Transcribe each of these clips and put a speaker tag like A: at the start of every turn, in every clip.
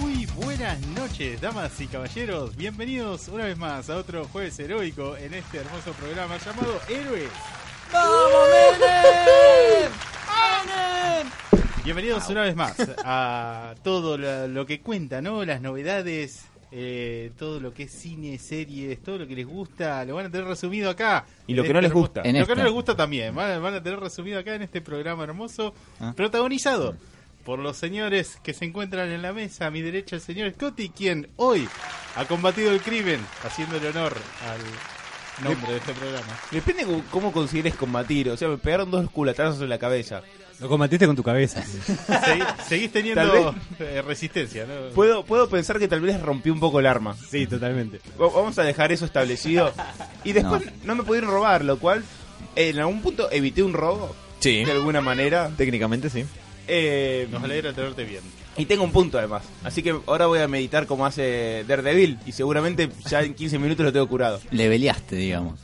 A: Muy buenas noches, damas y caballeros. Bienvenidos una vez más a otro jueves heroico en este hermoso programa llamado Héroes. Bienvenidos una vez más a todo la- lo, que cuenta, ¿no? Las novedades, eh, todo lo que es cine, series, todo lo que les gusta, lo van a tener resumido acá.
B: Y lo
A: En
B: que no
A: este
B: les
A: hermo-
B: gusta.
A: Lo
C: En
A: que no
C: esta.
A: les gusta también, van a, van a tener resumido acá en este programa hermoso,
C: Ah.
A: protagonizado por los señores que se encuentran en la mesa. A mi derecha el señor Scotty, quien hoy ha combatido el crimen, haciéndole honor al nombre de este programa.
B: Depende cu- cómo consideres combatir. O sea, me pegaron dos culatazos en la cabeza.
D: Lo combatiste con tu cabeza.
A: Segui- seguís teniendo
B: Tal
A: eh, resistencia, ¿no?
B: Puedo, puedo pensar que tal vez rompí un poco el arma.
D: Sí, totalmente.
B: Va- Vamos a dejar eso establecido. Y después no, me pudieron robar, lo cual en algún punto evité un robo.
C: Sí.
B: De alguna manera.
C: Técnicamente sí.
B: Eh,
A: Nos alegra tenerte bien.
B: y tengo un punto además. Así que ahora voy a meditar como hace Daredevil. Y seguramente ya en 15 minutos lo tengo curado.
C: Le veleaste, digamos.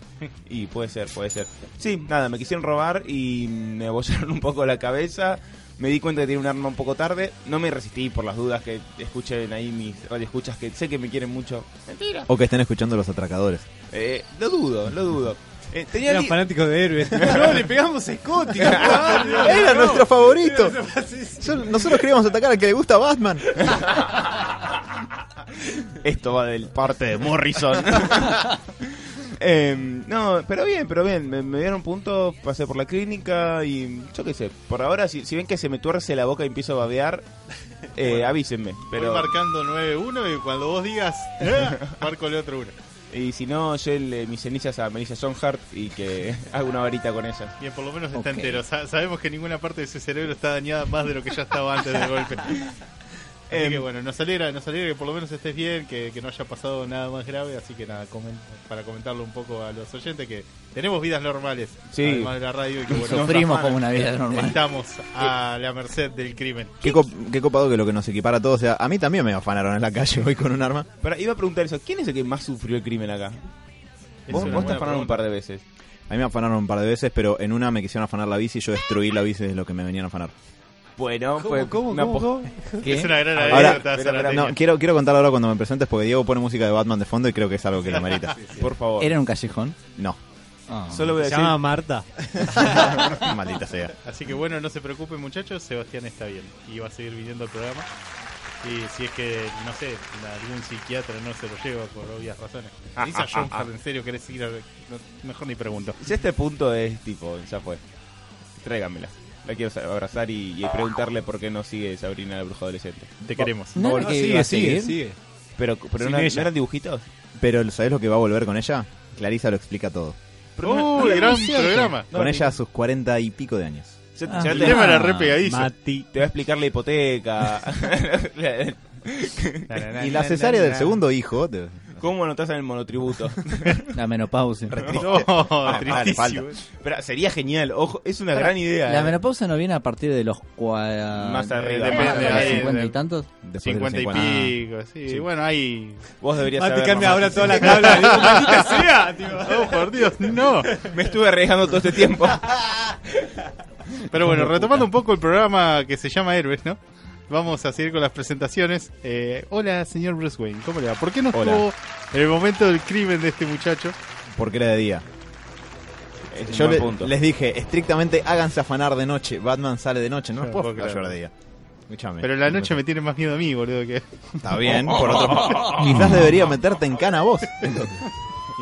B: Y puede ser, puede ser. Sí, nada, me quisieron robar y me abollaron un poco la cabeza. Me di cuenta que tenía un arma un poco tarde. No me resistí por las dudas que escuchen ahí mis radioescuchas que sé que me quieren mucho.
E: O que estén escuchando los atracadores.
B: Eh, lo dudo, lo dudo. Eh, tenía
D: Eran
B: li-
D: fanáticos de héroes.
A: No, le pegamos a Scotty.
E: ¡Era nuestro favorito! Yo- Nosotros queríamos atacar al que le gusta Batman.
B: Esto va del parte de Morrison. Eh, no, pero bien, pero bien. Me, me dieron puntos, pasé por la clínica y yo qué sé. Por ahora, si, si ven que se me tuerce la boca y empiezo a babear, eh, avísenme. Pero...
A: Voy marcando 9-1 y cuando vos digas, "Eh", marco el otro 1.
B: Y si no, yo le- mis cenizas a Melissa John y que hago una varita con ellas.
A: Bien, por lo menos está
C: Ok.
A: entero. Sa- sabemos que ninguna parte de su cerebro está dañada más de lo que ya estaba antes del golpe. Así
B: Em.
A: que bueno, nos alegra, nos alegra que por lo menos estés bien, que, que no haya pasado nada más grave. Así que nada, comen- para comentarlo un poco a los oyentes que tenemos vidas normales,
B: Sí.
A: además de la radio, y que bueno,
C: Sufrimos
B: Rafa,
C: como una vida normal.
A: estamos a la merced del crimen.
E: Qué, co- qué copado que lo que nos equipara a todos. O sea, a mí también me afanaron en la calle hoy con un arma.
B: Pero iba a preguntar eso, ¿quién es el que más sufrió el crimen acá?
A: Es
B: vos
A: una
B: vos te
A: buena
B: afanaron un
A: pregunta.
B: par de veces.
E: A mí me afanaron un par de veces, pero en una me quisieron afanar la bici y yo destruí la bici de lo que me venían a afanar.
B: Bueno, fue una pos-
C: ¿Qué?
A: Es una gran
E: Ahora,
A: anécdota,
B: espera, espera,
A: Zarateña.
E: No, quiero, quiero contarlo ahora cuando me presentes porque Diego pone música de Batman de fondo y creo que es algo que lo merita.
B: Por favor.
C: ¿Era en un callejón?
E: No,
C: Ah.
B: Solo voy a
D: Se
B: decir...
D: llama Marta.
E: maldita sea.
A: Así que bueno, no se preocupen muchachos, Sebastián está bien y va a seguir viniendo al programa. Y si es que, no sé, algún psiquiatra no se lo lleva por obvias razones. Lisa John Hart, en serio, querés ir a... no- mejor ni pregunto.
B: Si este punto es tipo, ya fue. Tráigamela. La quiero sa- abrazar y, y preguntarle por qué no sigue Sabrina la bruja adolescente.
A: Te queremos.
C: No,
D: No,
C: era que iba
D: sigue,
C: a
D: sigue,
C: seguir.
D: sigue.
B: este, ¿eh? Pero, pero
D: Sin
B: no, eran-
D: ella.
B: ¿no eran dibujitos.
E: Pero ¿sabés lo que va a volver con ella? Clarisa lo explica todo.
B: Pero no-
A: ¡Uy, ¡Oh,
B: no eran
A: gran
B: dibujitos.
A: programa!
B: No,
E: con
B: ni-
E: ella a sus cuarenta y pico de años.
B: Ya-
C: Ah.
B: ya
A: El
B: te-
A: tema era re pegadizo.
D: Mati.
B: te va a explicar la hipoteca. La-
E: Y la cesárea del segundo hijo... te-
B: ¿Cómo anotás en el monotributo?
C: La menopausia.
A: No,
E: Ah, vale, falta.
A: tristísimo.
B: Pero sería genial, ojo, es una gran idea.
C: La
B: eh.
C: menopausia no viene a partir de los cuarenta
B: Más arriba.
A: Eh, Depende, ahí,
C: cincuenta
A: de-
C: y tantos.
E: Después de los
A: 50 y pico, sí. Bueno, ahí...
B: Vos deberías
D: Mati
B: saber.
D: cambia
B: mamá.
D: ahora toda la tabla. Digo, Maldita sea. tipo.
A: ¡Oh, por Dios, no!
B: Me estuve arriesgando todo este tiempo.
A: Pero bueno, retomando un poco el programa que se llama Héroes, ¿no? Vamos a seguir con las presentaciones. Eh, hola, señor Bruce Wayne, ¿cómo le va? ¿Por qué no
E: Hola.
A: estuvo en el momento del crimen de este muchacho?
E: Porque era de día.
B: Es un
E: Yo
B: buen
E: le-
B: punto.
E: les dije, estrictamente háganse afanar de noche. Batman sale de noche, no los
A: Claro,
E: puedo
A: puedo
E: afanar
A: creer.
E: yo de día. Escúchame.
A: Pero la noche me tiene más miedo a mí, boludo, que
E: Está bien, por otro Quizás debería meterte en cana vos.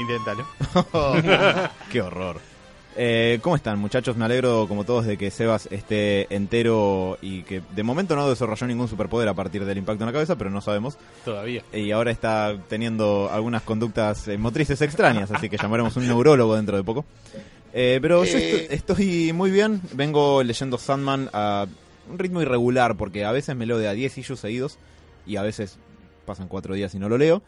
A: inténtalo.
E: Qué horror. Eh, ¿Cómo están, muchachos? Me alegro, como todos, de que Sebas esté entero y que de momento no desarrolló ningún superpoder a partir del impacto en la cabeza, pero no sabemos.
A: Todavía.
E: Y ahora está teniendo algunas conductas eh, motrices extrañas, así que llamaremos un neurólogo dentro de poco. Eh, pero yo
F: Eh.
E: est- estoy muy bien. Vengo leyendo Sandman a un ritmo irregular porque a veces me leo de a 10 issues seguidos y a veces pasan 4 días y no lo leo.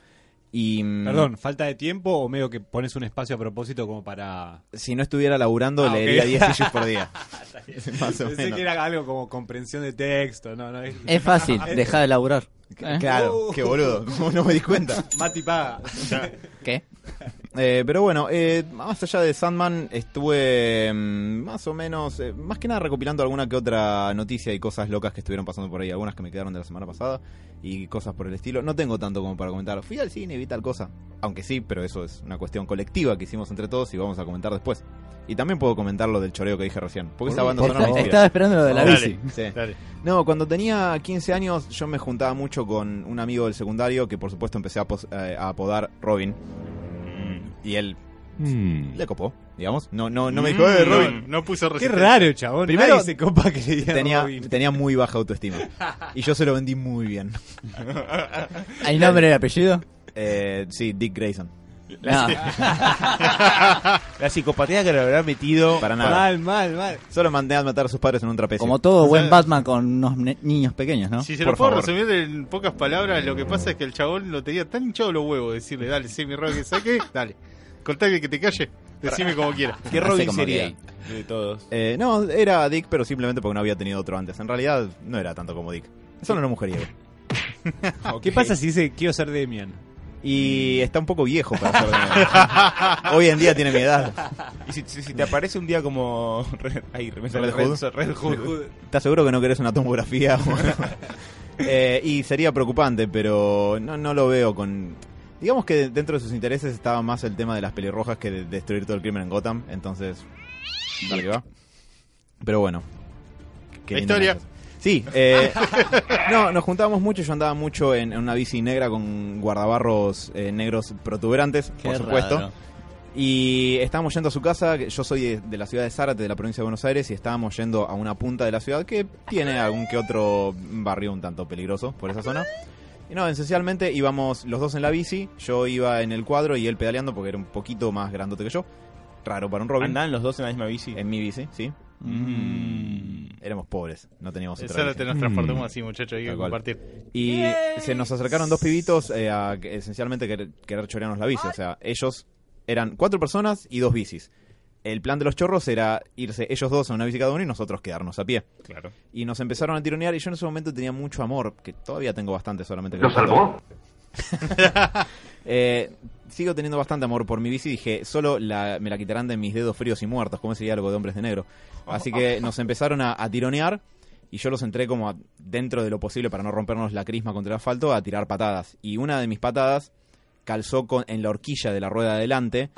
E: Y, mm,
D: Perdón, ¿falta de tiempo o medio que pones un espacio a propósito como para...?
E: Si no estuviera laburando,
D: Ah, ok.
E: leería 10 issues por día. Más o
D: Pensé
E: menos.
D: que era algo como comprensión de texto, no, no. es-
C: Es fácil, deja de laburar. ¿Eh?
E: Claro,
D: Uh.
E: qué boludo, cómo no me di cuenta.
D: Mati paga.
C: ¿Qué?
E: Eh, pero bueno, eh, más allá de Sandman, estuve mm, más o menos, eh, más que nada recopilando alguna que otra noticia y cosas locas que estuvieron pasando por ahí, algunas que me quedaron de la semana pasada y cosas por el estilo. No tengo tanto como para comentar. Fui al cine y vi tal cosa, aunque sí, pero eso es una cuestión colectiva que hicimos entre todos y vamos a comentar después. Y también puedo comentar lo del choreo que dije recién, porque esa banda sonora
C: Está-
E: me inspira.
C: estaba esperando lo de la
A: Dale.
C: bici.
E: Sí.
A: Dale.
E: No, cuando tenía 15 años yo me juntaba mucho con un amigo del secundario que por supuesto empecé a, pos- eh, a apodar Robin. Y él le copó, digamos. No, no, no me dijo, "Eh,
A: Mm,
E: Robin.
A: No, no puso
D: Qué
A: resistencia.
D: raro, chabón.
E: Primero-
D: Primero se copa que le digan
E: Tenía,
D: Robin.
E: tenía muy baja autoestima. Y yo se lo vendí muy bien.
C: ¿Hay nombre y apellido?
E: Eh, sí, Dick Grayson.
C: No.
B: La psicopatía que le habrá metido.
E: Para nada.
D: Mal, mal, mal.
E: Solo mandé a matar a sus padres en un trapecio.
C: Como todo buen
A: sea-
C: Batman con unos ne- niños pequeños, ¿no?
A: Si se
E: Por
A: lo puedo
E: favor.
A: resumir en pocas palabras, lo que pasa es que el chabón lo tenía tan hinchado los huevos. Decirle, dale, sí, mi Robin, saque, dale. Contame que te calle, decime como quieras.
B: ¿Qué
E: No sé
B: Robin
E: cómo
B: sería?
E: gay.
B: De todos.
E: Eh, no, era Dick, pero simplemente porque no había tenido otro antes. En realidad no era tanto como Dick. Solo era mujeriego.
D: ¿Qué pasa si dice quiero ser Demian?
E: Y está un poco viejo para ser de- Hoy en día tiene mi edad.
B: Y si, si- si te aparece un día como. Red- Ahí, me sale
E: Red
B: Red
E: Hood.
B: Hood. Red Hood.
E: ¿Estás seguro que no querés una tomografía? Bueno. Eh, y sería preocupante, pero no, no lo veo con... Digamos que dentro de sus intereses estaba más el tema de las pelirrojas que de destruir todo el crimen en Gotham, entonces... Dale que va. Pero bueno. Qué
A: La
E: lindo
A: historia.
E: momento. Sí, eh, no, nos juntábamos mucho, yo andaba mucho en, en una bici negra con guardabarros eh, negros protuberantes, por
C: Qué
E: supuesto.
C: raro.
E: Y estábamos yendo a su casa, que yo soy de, de la ciudad de Zárate, de la provincia de Buenos Aires, y estábamos yendo a una punta de la ciudad que tiene algún que otro barrio un tanto peligroso por esa zona. Y no, esencialmente íbamos los dos en la bici, yo iba en el cuadro y él pedaleando porque era un poquito más grandote que yo. Raro para un Robin.
B: ¿Andaban los dos en la misma bici?
E: En mi bici, sí. Éramos pobres, no teníamos
A: El
E: otra
A: Zárate
E: bici.
A: nos transformamos así, muchachos, hay que
E: Tal cual.
A: compartir.
E: Y se nos acercaron dos pibitos eh, a que- esencialmente querer, querer chorearnos la bici. O sea, ellos eran cuatro personas y dos bicis. El plan de los chorros era irse ellos dos a una bici cada uno y nosotros quedarnos a pie.
A: Claro.
E: Y nos empezaron a tironear y yo en ese momento tenía mucho amor, que todavía tengo bastante solamente. Eh, ¿Lo salvó? sigo teniendo bastante amor por mi bici. Dije, solo la- me la quitarán de mis dedos fríos y muertos, como ese diálogo de hombres de negro. Así que nos empezaron a, a tironear y yo los entré como a- dentro de lo posible para no rompernos la crisma contra el asfalto a tirar patadas. Y una de mis patadas calzó con, en la horquilla de la rueda de adelante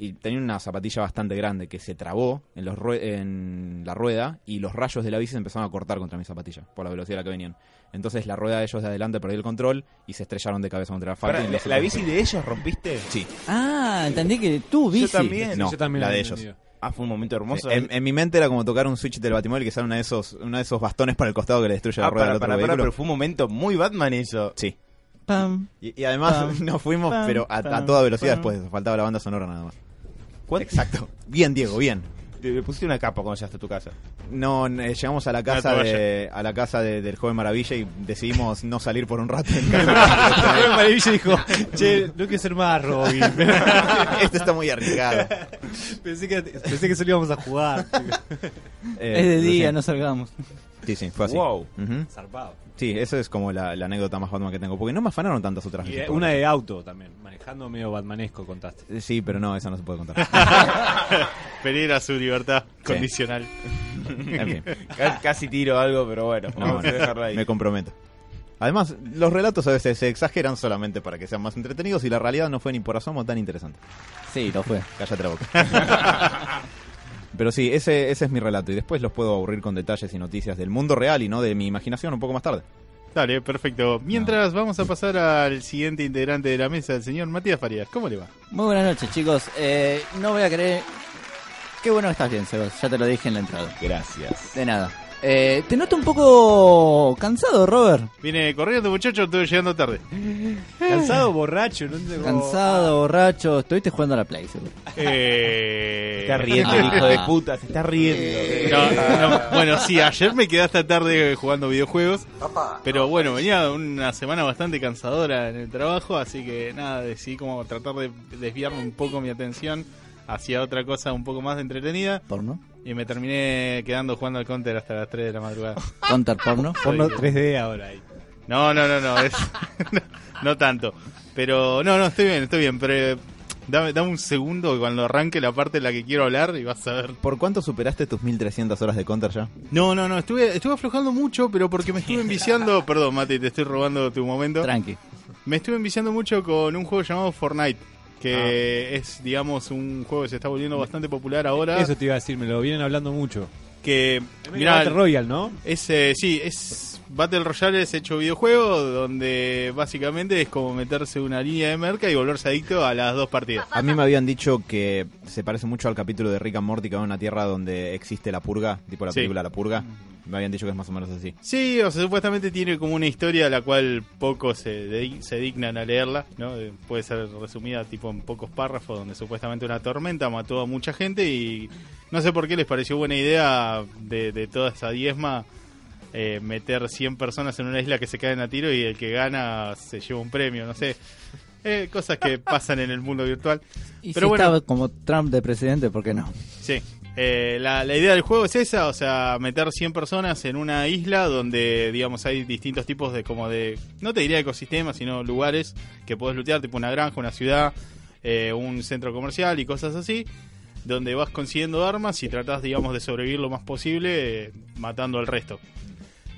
E: y tenía una zapatilla bastante grande que se trabó en, los rue- en la rueda y los rayos de la bici se empezaron a cortar contra mi zapatilla por la velocidad a la que venían. Entonces la rueda de ellos de adelante perdió el control y se estrellaron de cabeza contra el asfalto.
B: Pará,
E: y
B: ¿la,
E: nosotros-
B: la bici de ellos rompiste?
E: Sí.
C: Ah, entendí que tú bici.
B: Yo también.
E: No,
D: Yo también
E: la
D: lo
E: de
D: había
E: ellos.
D: entendido.
B: Ah, fue un momento hermoso.
E: En, en mi mente era como tocar un switch del batimóvil que sale una de esos, uno de esos bastones para el costado que le destruye la
B: ah,
E: rueda
B: para,
E: del otro
B: para, para,
E: vehículo.
B: pero fue un momento muy Batman eso.
E: Sí.
C: Pam.
E: Y, y además
C: Pam,
E: nos fuimos,
C: pam,
E: pero a, a
C: pam,
E: toda velocidad
C: pam.
E: después. Faltaba la banda sonora nada más. Exacto. Bien, Diego, bien.
B: Te- Le pusiste una capa cuando llegaste a tu casa.
E: No, eh, llegamos a la casa
A: toalla.
E: de, a la casa de- del joven maravilla y decidimos no salir por un rato.
D: Fue Maravilla dijo, che, no quiero ser más Robin.
E: Esto está muy arriesgado.
D: pensé, que, pensé que solo íbamos a jugar.
E: Eh,
C: Es de
E: lo
C: día,
E: siento.
C: no salgamos.
E: Sí, sí, fue así.
B: Wow.
E: Ujú.
D: Zarpado.
E: Sí, eso es como la, la anécdota más Batman que tengo, porque no me afanaron tantas otras
D: Y
E: veces.
D: eh, una de auto también, manejando medio batmanesco contaste.
E: Eh, Sí, pero no, esa no se puede contar.
A: Pedir a su libertad condicional.
E: En fin,
B: Ca- Casi tiro algo, pero bueno.
E: No,
B: vamos a
E: no.
B: dejarla ahí.
E: me comprometo. Además, los relatos a veces se exageran solamente para que sean más entretenidos y la realidad no fue ni por asomo tan interesante.
C: Sí, lo fue.
E: Cállate la boca. Pero sí, ese, ese es mi relato y después los puedo aburrir con detalles y noticias del mundo real y no de mi imaginación un poco más tarde.
A: Dale, perfecto. Mientras vamos a pasar al siguiente integrante de la mesa, el señor Matías Farías. ¿Cómo le va?
C: Muy buenas noches, chicos. Eh, no voy a creer. Qué bueno que estás bien, Sebas. Ya te lo dije en la entrada.
B: Gracias.
C: De nada. Eh, te noto un poco cansado, Robert.
A: Vine corriendo, muchacho, estuve llegando tarde.
D: Cansado, borracho. No sé cómo-
C: Cansado, borracho. Estuviste jugando a la Play, seguro.
A: Eh...
B: Está riendo, el hijo de puta, se está riendo.
A: No, no, bueno, sí, ayer me quedé hasta tarde jugando videojuegos. Pero bueno, venía una semana bastante cansadora en el trabajo, así que nada, decidí como tratar de desviarme un poco mi atención hacia otra cosa un poco más entretenida.
C: ¿Porno?
A: Y me terminé quedando jugando al counter hasta las 3 de la madrugada.
C: ¿Counter porno?
D: Porno 3D ahora. ahí.
A: No, no, no, no, es, no, no tanto. Pero no, no, estoy bien, estoy bien. Pero eh, dame, dame un segundo que cuando arranque la parte de la que quiero hablar y vas a ver.
E: ¿Por cuánto superaste tus 1300 horas de counter ya?
A: No, no, no, estuve, estuve aflojando mucho, pero porque me estuve enviciando. Perdón, Mati, te estoy robando tu momento.
C: Tranqui.
A: Me estuve enviciando mucho con un juego llamado Fortnite. Que es, digamos, un juego que se está volviendo bastante popular ahora.
D: Eso te iba a decir, me lo vienen hablando mucho.
A: Que, mirá,
D: Mira, Royal, ¿no?
A: es, eh, sí, es Battle Royale es hecho videojuego donde básicamente es como meterse una línea de merca y volverse adicto a las dos partidas.
E: A mí me habían dicho que se parece mucho al capítulo de Rick and Morty que va a una tierra donde existe la purga, tipo la
A: Sí.
E: película La Purga. Me habían dicho que es más o menos así.
A: Sí, o sea, supuestamente tiene como una historia a la cual pocos se, de- se dignan a leerla, ¿no? Eh, Puede ser resumida tipo en pocos párrafos donde supuestamente una tormenta mató a mucha gente y no sé por qué les pareció buena idea de, de toda esa diezma eh, meter 100 personas en una isla que se caen a tiro y el que gana se lleva un premio, no sé. Eh, cosas que pasan en el mundo virtual.
C: Y
A: Pero
C: si
A: bueno.
C: estaba como Trump de presidente, ¿por qué no?
A: Sí. Eh, la, la idea del juego es esa, o sea, meter 100 personas en una isla donde, digamos, hay distintos tipos de, como de, no te diría ecosistemas, sino lugares que podés lootear, tipo una granja, una ciudad, eh, un centro comercial y cosas así, donde vas consiguiendo armas y tratás, digamos, de sobrevivir lo más posible eh, matando al resto.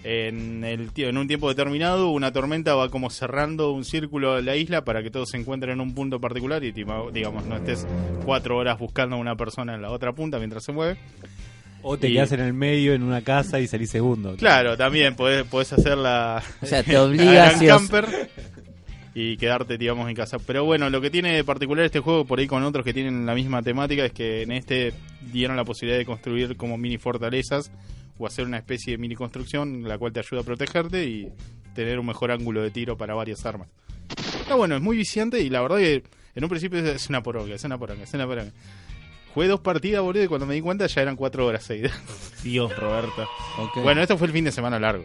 A: En, el, tie- en un tiempo determinado, una tormenta va como cerrando un círculo de la isla para que todos se encuentren en un punto particular y, tima- digamos, no estés cuatro horas buscando a una persona en la otra punta mientras se mueve.
D: O te
A: Y-
D: quedas en el medio, en una casa y salís segundo.
A: Claro, también podés, podés hacer la,
C: O sea, te
A: la
C: obligas
A: gran
C: sí o sí.
A: camper y quedarte, digamos, en casa. Pero bueno, lo que tiene de particular este juego por ahí con otros que tienen la misma temática es que en este dieron la posibilidad de construir como mini fortalezas o hacer una especie de mini construcción la cual te ayuda a protegerte y tener un mejor ángulo de tiro para varias armas. Está bueno, es muy viciante y la verdad que en un principio es una poronga, es una poronga, es una poronga. Jugué dos partidas, boludo, y cuando me di cuenta ya eran cuatro horas seguidas. Dios, Roberto.
C: Ok.
A: Bueno, esto fue el fin de semana largo.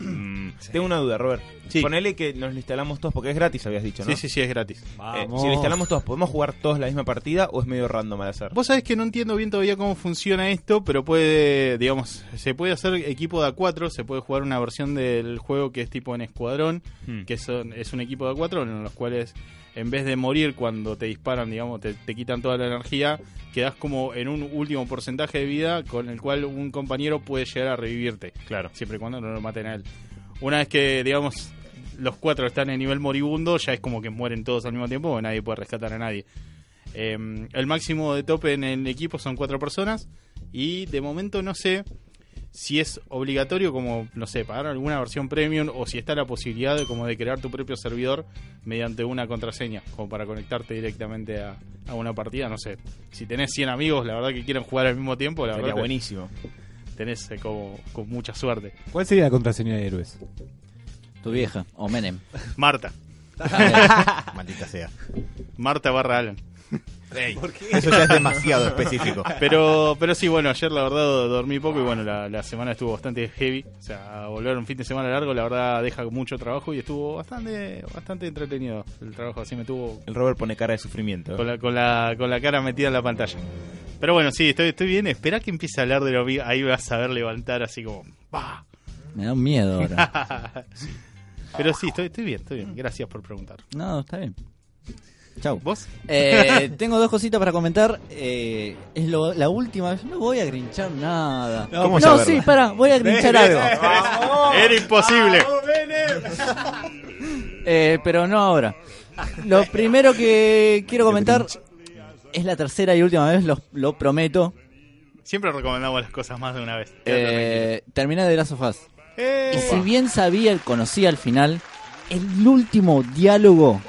B: Mm, Tengo una duda, Robert.
A: Sí.
B: Ponele que nos lo instalamos todos, porque es gratis, habías dicho, ¿no?
A: Sí, sí, sí, es gratis.
B: Eh,
D: Vamos.
B: si lo instalamos todos, ¿podemos jugar todos la misma partida o es medio random al hacer?
A: Vos sabés que no entiendo bien todavía cómo funciona esto, pero puede, digamos, se puede hacer equipo de A4, se puede jugar una versión del juego que es tipo en escuadrón, que son, es un equipo de A4 en los cuales en vez de morir cuando te disparan, digamos, te, te quitan toda la energía, quedás como en un último porcentaje de vida con el cual un compañero puede llegar a revivirte. Claro. Siempre y cuando no lo maten a él. Una vez que, digamos, los cuatro están en nivel moribundo, ya es como que mueren todos al mismo tiempo, porque nadie puede rescatar a nadie. Eh, el máximo de tope en el equipo son cuatro personas. Y de momento no sé si es obligatorio, como, no sé, pagar alguna versión premium o si está la posibilidad de, como de crear tu propio servidor mediante una contraseña, como para conectarte directamente a, a una partida. No sé, si tenés 100 amigos, la verdad que quieren jugar al mismo tiempo, la
B: Sería
A: verdad que
B: buenísimo.
A: tenés eh, como, con mucha suerte.
D: ¿Cuál sería la contraseña de héroes?
C: Tu vieja, o Menem.
A: Marta,
E: Maldita sea.
A: Marta barra Alan.
E: Eso ya es demasiado específico.
A: Pero, pero sí, bueno, ayer la verdad dormí poco y bueno, la, la semana estuvo bastante heavy. O sea, volver un fin de semana largo, la verdad deja mucho trabajo y estuvo bastante, bastante entretenido el trabajo. Así me tuvo
B: El Robert pone cara de sufrimiento.
A: con la, con la, con la cara metida en la pantalla. Pero bueno, sí, estoy, estoy bien. Espera que empiece a hablar de lo mío. Ahí vas a ver levantar así como. ¡Bah!
C: Me da un miedo ahora.
A: Pero sí, estoy, estoy bien, estoy bien. Gracias por preguntar.
C: No, está bien. Chau.
A: ¿Vos?
C: Eh, tengo dos cositas para comentar. Eh, es lo- la última. vez. No voy a grinchar nada.
E: ¿Cómo
C: no,
E: saberlo?
C: sí, para, voy a grinchar algo.
A: ¡Era imposible!
C: Eh, pero no ahora. Lo primero que quiero comentar es la tercera y última vez, lo, lo prometo.
A: Siempre recomendamos las cosas más de una vez. Eh,
C: Eh, terminé de Last of Us. Y si bien sabía, conocía al final, el último diálogo